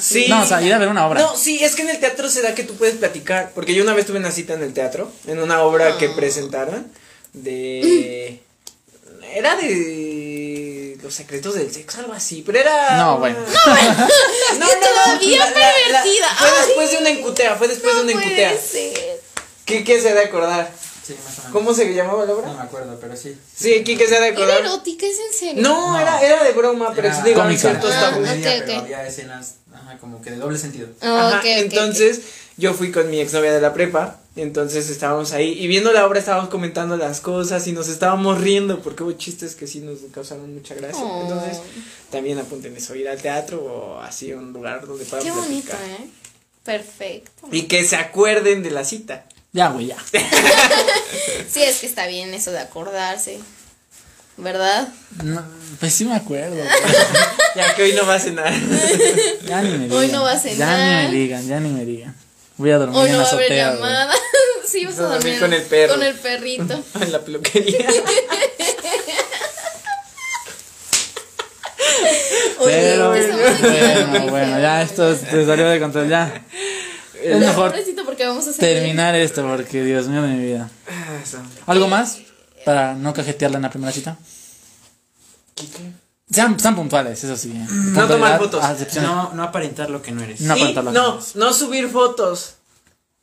[SPEAKER 3] Sí.
[SPEAKER 1] No, o sea, ir a ver una obra.
[SPEAKER 3] No, sí, es que en el teatro se da que tú puedes platicar. Porque yo una vez tuve una cita en el teatro, en una obra
[SPEAKER 2] Ah.
[SPEAKER 3] que presentaron de.
[SPEAKER 2] Mm.
[SPEAKER 3] Era de. Los secretos del sexo, algo así. Pero era.
[SPEAKER 1] No,
[SPEAKER 3] una-
[SPEAKER 1] bueno.
[SPEAKER 3] No, no,
[SPEAKER 2] Todavía pervertida.
[SPEAKER 3] fue
[SPEAKER 2] Ay. pues.
[SPEAKER 3] después de una encutea, fue después de una encutea.
[SPEAKER 2] puede ser.
[SPEAKER 3] ¿Qué, qué se ha de acordar?
[SPEAKER 5] Sí, más o
[SPEAKER 1] Ah.
[SPEAKER 5] menos.
[SPEAKER 3] ¿Cómo se llamaba la
[SPEAKER 5] No
[SPEAKER 3] obra?
[SPEAKER 5] me acuerdo, pero sí.
[SPEAKER 3] Sí, Kike se ha de
[SPEAKER 2] Era
[SPEAKER 3] acordar.
[SPEAKER 2] erótica, es en serio.
[SPEAKER 3] No, era, era de broma, pero
[SPEAKER 5] Era
[SPEAKER 3] sí digo,
[SPEAKER 1] cómica.
[SPEAKER 3] ciertos
[SPEAKER 2] Ah,
[SPEAKER 3] tabús.
[SPEAKER 2] ok,
[SPEAKER 5] Comedia, pero
[SPEAKER 2] ok.
[SPEAKER 5] había escenas ajá, como que de doble sentido.
[SPEAKER 2] Ah,
[SPEAKER 3] Ajá,
[SPEAKER 2] ok, ok, ok.
[SPEAKER 3] entonces yo fui con mi exnovia de la prepa, entonces estábamos ahí y viendo la obra estábamos comentando las cosas y nos estábamos riendo porque hubo chistes que sí nos causaron mucha gracia.
[SPEAKER 2] Oh.
[SPEAKER 3] Entonces también apunten eso, ir al teatro o así a un lugar donde puedan
[SPEAKER 2] Qué bonito,
[SPEAKER 3] platicar.
[SPEAKER 2] ¿eh? Perfecto.
[SPEAKER 3] Y que se acuerden de la cita.
[SPEAKER 1] Ya, güey, ya.
[SPEAKER 2] Sí, es que está bien eso de acordarse. ¿Verdad?
[SPEAKER 1] No, pues sí me acuerdo. pero
[SPEAKER 3] Ya que hoy no va a cenar.
[SPEAKER 1] ya ni me digan.
[SPEAKER 2] Hoy no va a
[SPEAKER 1] Ya ni
[SPEAKER 2] cenar.
[SPEAKER 1] me digan, ya ni me digan. Voy a dormir
[SPEAKER 2] O
[SPEAKER 1] en
[SPEAKER 2] no
[SPEAKER 1] la
[SPEAKER 2] va a haber
[SPEAKER 1] azotea. güey.
[SPEAKER 2] llamada. Sí, vas a
[SPEAKER 3] Vas a
[SPEAKER 2] dormir
[SPEAKER 3] dormir con el perro.
[SPEAKER 2] Con el perrito.
[SPEAKER 3] en la peluquería.
[SPEAKER 2] Oye,
[SPEAKER 1] Pero
[SPEAKER 2] que
[SPEAKER 1] bueno,
[SPEAKER 2] estamos aquí,
[SPEAKER 1] bueno,
[SPEAKER 2] muy
[SPEAKER 1] bueno,
[SPEAKER 2] feo.
[SPEAKER 1] ya esto es- se salió de control. Ya es
[SPEAKER 2] Ya,
[SPEAKER 1] mejor
[SPEAKER 2] pobrecito, porque vamos a hacer-
[SPEAKER 1] terminar esto porque Dios mío de mi vida.
[SPEAKER 3] Eso.
[SPEAKER 1] ¿Algo más para no cajetearla en la primera cita? Sean, sean puntuales, eso sí. eh. Puntualidad,
[SPEAKER 3] tomar fotos.
[SPEAKER 1] a excepción-
[SPEAKER 4] No, no aparentar lo que no eres.
[SPEAKER 1] No
[SPEAKER 3] Y
[SPEAKER 1] aparentar lo que
[SPEAKER 3] no,
[SPEAKER 1] eres.
[SPEAKER 3] no subir fotos.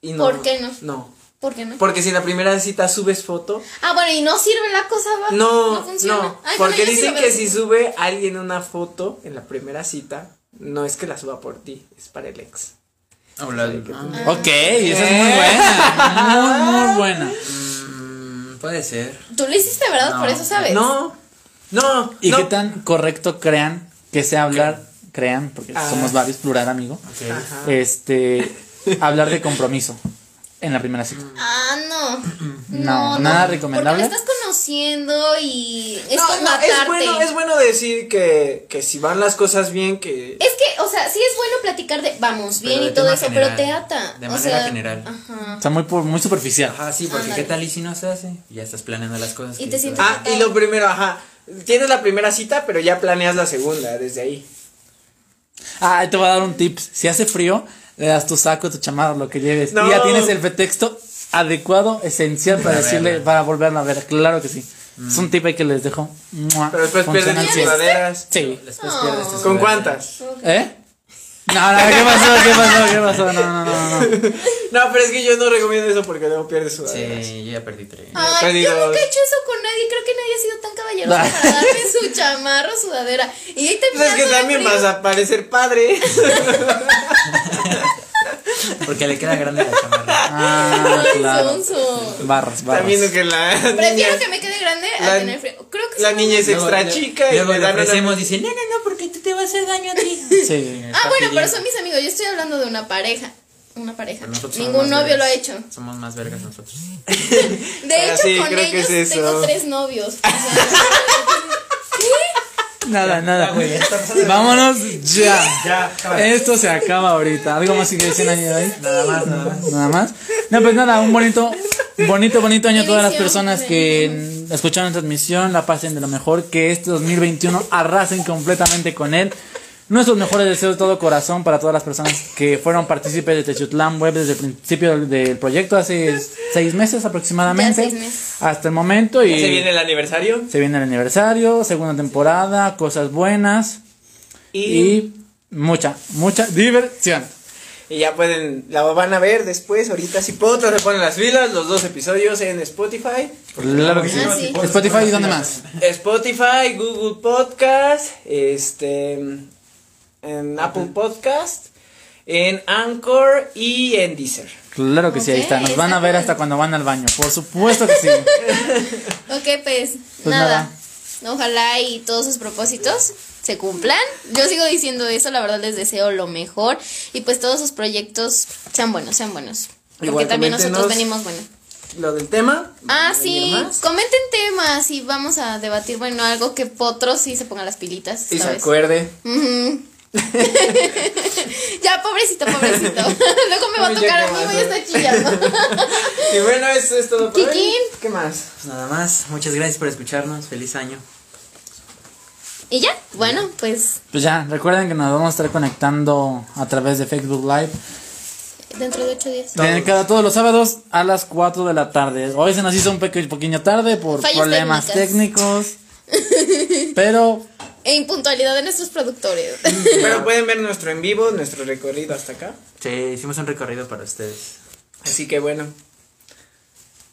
[SPEAKER 3] Y no,
[SPEAKER 2] ¿Por qué no?
[SPEAKER 3] No.
[SPEAKER 2] ¿Por qué no?
[SPEAKER 3] Porque si en la primera cita subes foto,
[SPEAKER 2] Ah, bueno, y no sirve la cosa, va.
[SPEAKER 3] No, no,
[SPEAKER 2] funciona. Ay, bueno,
[SPEAKER 3] porque
[SPEAKER 2] yo sí
[SPEAKER 3] dicen
[SPEAKER 2] lo
[SPEAKER 3] que
[SPEAKER 2] veo.
[SPEAKER 3] si sube alguien una foto en la primera cita, no es que la suba por ti, es para el ex.
[SPEAKER 4] Ah,
[SPEAKER 2] Ah.
[SPEAKER 1] Ok, esa es
[SPEAKER 3] Eh.
[SPEAKER 1] muy buena. Muy, muy buena.
[SPEAKER 4] Mm, puede ser.
[SPEAKER 2] Tú lo hiciste, ¿verdad? Por eso sabes.
[SPEAKER 3] No, no,
[SPEAKER 1] ¿Y
[SPEAKER 3] no.
[SPEAKER 1] qué tan correcto crean que sea hablar? Crean, porque
[SPEAKER 3] Ah.
[SPEAKER 1] somos varios, plural, amigo.
[SPEAKER 4] Ah,
[SPEAKER 1] Este, hablar de compromiso en la primera cita.
[SPEAKER 2] Ah, no.
[SPEAKER 1] No, nada recomendable.
[SPEAKER 2] Porque me estás conociendo y es
[SPEAKER 3] No,
[SPEAKER 2] como
[SPEAKER 3] no,
[SPEAKER 2] matarte.
[SPEAKER 3] es bueno, es bueno decir que, que si van las cosas bien, que
[SPEAKER 2] Es que, o sea, sí es bueno platicar de vamos bien
[SPEAKER 4] Pero de
[SPEAKER 2] y todo
[SPEAKER 4] tema
[SPEAKER 2] eso,
[SPEAKER 4] general,
[SPEAKER 2] pero te ata.
[SPEAKER 4] de
[SPEAKER 2] o
[SPEAKER 4] manera
[SPEAKER 2] sea,
[SPEAKER 4] general.
[SPEAKER 2] Ajá.
[SPEAKER 1] O sea, muy, por- muy superficial.
[SPEAKER 4] Ajá, sí, porque
[SPEAKER 2] Ándale.
[SPEAKER 4] ¿qué tal y si no se hace? Ya estás planeando las cosas.
[SPEAKER 2] Y
[SPEAKER 4] que
[SPEAKER 2] te
[SPEAKER 4] hizo.
[SPEAKER 2] sientes-
[SPEAKER 3] Ah, y lo primero, ajá, tienes la primera cita, pero ya planeas la segunda desde ahí.
[SPEAKER 1] Ah, ahí te voy a dar un tip. Si hace frío, le das tu saco, tu chamarra, lo que lleves.
[SPEAKER 3] No.
[SPEAKER 1] Y ya tienes el pretexto adecuado, esencial para decirle, para volverla a ver. Claro que sí.
[SPEAKER 5] Mm.
[SPEAKER 1] Es un tip ahí que les dejo. Mua.
[SPEAKER 3] Pero después
[SPEAKER 1] Funcionan
[SPEAKER 3] pierden las
[SPEAKER 1] cien.
[SPEAKER 3] sudaderas.
[SPEAKER 1] Sí.
[SPEAKER 4] Después pierdes
[SPEAKER 2] Oh.
[SPEAKER 4] tus
[SPEAKER 3] ¿Con
[SPEAKER 4] ideas.
[SPEAKER 3] cuántas?
[SPEAKER 1] ¿Eh? No, no, ¿qué pasó? ¿Qué pasó? ¿Qué pasó? No, no, no, no.
[SPEAKER 3] No, pero es que yo no recomiendo eso porque luego pierdes sudaderas.
[SPEAKER 4] Sí, yo ya perdí tres.
[SPEAKER 2] Ay, yo
[SPEAKER 3] Perdidos.
[SPEAKER 2] nunca he hecho eso con nadie. Creo que nadie ha sido tan caballeroso para darme su chamarra o sudadera. Y ahí te
[SPEAKER 3] Pues es que
[SPEAKER 2] pasas de
[SPEAKER 3] también
[SPEAKER 2] frío.
[SPEAKER 3] vas a parecer padre.
[SPEAKER 4] porque le queda grande la chamarra.
[SPEAKER 1] Ah,
[SPEAKER 2] Ay,
[SPEAKER 1] claro.
[SPEAKER 2] sonso.
[SPEAKER 1] Barras,
[SPEAKER 3] Está
[SPEAKER 1] barras.
[SPEAKER 3] viendo que la niña,
[SPEAKER 2] Prefiero que me quede grande a
[SPEAKER 3] La-
[SPEAKER 2] tener frío. Creo que
[SPEAKER 3] la
[SPEAKER 2] sí me
[SPEAKER 3] niña es
[SPEAKER 2] gusta.
[SPEAKER 3] extra
[SPEAKER 4] Luego-
[SPEAKER 3] chica y
[SPEAKER 4] Luego
[SPEAKER 3] le
[SPEAKER 4] le
[SPEAKER 3] dan una-
[SPEAKER 4] ofrecemos, dice, no, no, no, porque tú te vas a hacer daño a ti.
[SPEAKER 1] Sí.
[SPEAKER 2] Ah, bueno,
[SPEAKER 4] Rapidín.
[SPEAKER 2] pero son mis amigos. Yo estoy hablando de una pareja. Una pareja.
[SPEAKER 4] Pero nosotros somos
[SPEAKER 2] Ningún
[SPEAKER 4] más
[SPEAKER 2] novio lo ha
[SPEAKER 4] vergas.
[SPEAKER 2] hecho.
[SPEAKER 4] Somos más vergas nosotros.
[SPEAKER 2] De
[SPEAKER 3] Ah,
[SPEAKER 2] hecho,
[SPEAKER 3] sí,
[SPEAKER 2] con
[SPEAKER 3] creo que
[SPEAKER 2] ellos
[SPEAKER 3] es eso.
[SPEAKER 2] tengo tres novios. O sea,
[SPEAKER 1] Nada, nada.
[SPEAKER 5] Ya, güey, ya está pasando.
[SPEAKER 1] Vámonos ya.
[SPEAKER 5] Ya, cámara.
[SPEAKER 1] Esto se acaba ahorita. ¿Algo más que decir año ahí?
[SPEAKER 5] Nada más, nada más.
[SPEAKER 1] Nada más. No, pues nada, un bonito, bonito, bonito año a todas las personas que escucharon la transmisión. La pasen de lo mejor. Que este 2021 arrasen completamente con él. Nuestros mejores deseos de todo corazón para todas las personas que fueron partícipes de Techutlán Web desde el principio del- del proyecto, hace seis meses aproximadamente.
[SPEAKER 2] Ya seis meses.
[SPEAKER 1] Hasta el momento. Y
[SPEAKER 3] se viene el aniversario
[SPEAKER 1] se viene el aniversario, segunda temporada, cosas buenas
[SPEAKER 3] y,
[SPEAKER 1] y mucha, mucha diversión.
[SPEAKER 3] y ya pueden, la van a ver después, ahorita si puedo, se ponen las filas, los dos episodios en Spotify,
[SPEAKER 1] Claro que sí.
[SPEAKER 2] Ah, sí.
[SPEAKER 1] Spotify y dónde más.
[SPEAKER 3] Spotify, Google Podcast, este en Apple Podcast, en Anchor y en Deezer.
[SPEAKER 1] Claro que sí, ahí
[SPEAKER 2] Ok,
[SPEAKER 1] está. Nos van a
[SPEAKER 2] está
[SPEAKER 1] ver
[SPEAKER 2] cool.
[SPEAKER 1] hasta cuando van al baño. Por supuesto que sí.
[SPEAKER 2] ok, pues,
[SPEAKER 1] nada.
[SPEAKER 2] nada. Ojalá y todos sus propósitos se cumplan. Yo sigo diciendo eso, la verdad les deseo lo mejor. Y pues todos sus proyectos sean buenos, sean buenos. Porque
[SPEAKER 3] Igual,
[SPEAKER 2] también nosotros venimos
[SPEAKER 3] coméntenos.
[SPEAKER 2] buenos.
[SPEAKER 3] Lo del tema.
[SPEAKER 2] Ah,
[SPEAKER 3] ¿van a venir
[SPEAKER 2] sí,
[SPEAKER 3] más?
[SPEAKER 2] comenten temas y vamos a debatir, bueno, algo que Potro sí se ponga las pilitas.
[SPEAKER 3] Y se
[SPEAKER 2] esta vez.
[SPEAKER 3] acuerde.
[SPEAKER 2] Ujú. ya, pobrecito, pobrecito. Luego me va a
[SPEAKER 3] Uy, ya
[SPEAKER 2] tocar a
[SPEAKER 3] que
[SPEAKER 2] mí,
[SPEAKER 3] vas,
[SPEAKER 2] voy a
[SPEAKER 3] ¿no?
[SPEAKER 2] estar chillando.
[SPEAKER 3] Y bueno, eso es todo por hoy.
[SPEAKER 2] Kikín.
[SPEAKER 3] ¿Qué más?
[SPEAKER 4] Pues nada más, muchas gracias por escucharnos. Feliz año.
[SPEAKER 2] y ya, bueno, pues
[SPEAKER 1] Pues ya, recuerden que nos vamos a estar conectando a través de Facebook Live.
[SPEAKER 2] dentro de ocho días.
[SPEAKER 1] de cada todos los sábados a las 4 de la tarde. Hoy se nos hizo un peque- pequeño tarde por
[SPEAKER 2] Fallas
[SPEAKER 1] problemas técnicos. Pero
[SPEAKER 2] E impuntualidad de nuestros productores.
[SPEAKER 3] Pero pueden ver nuestro en vivo, nuestro recorrido hasta acá.
[SPEAKER 4] Sí, hicimos un recorrido para ustedes.
[SPEAKER 3] Así que bueno.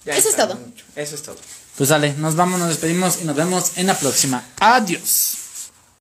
[SPEAKER 3] Ya
[SPEAKER 2] Eso es
[SPEAKER 3] está,
[SPEAKER 2] todo.
[SPEAKER 3] Eso es todo.
[SPEAKER 1] pues sale, nos vamos, nos despedimos y nos vemos en la próxima. Adiós.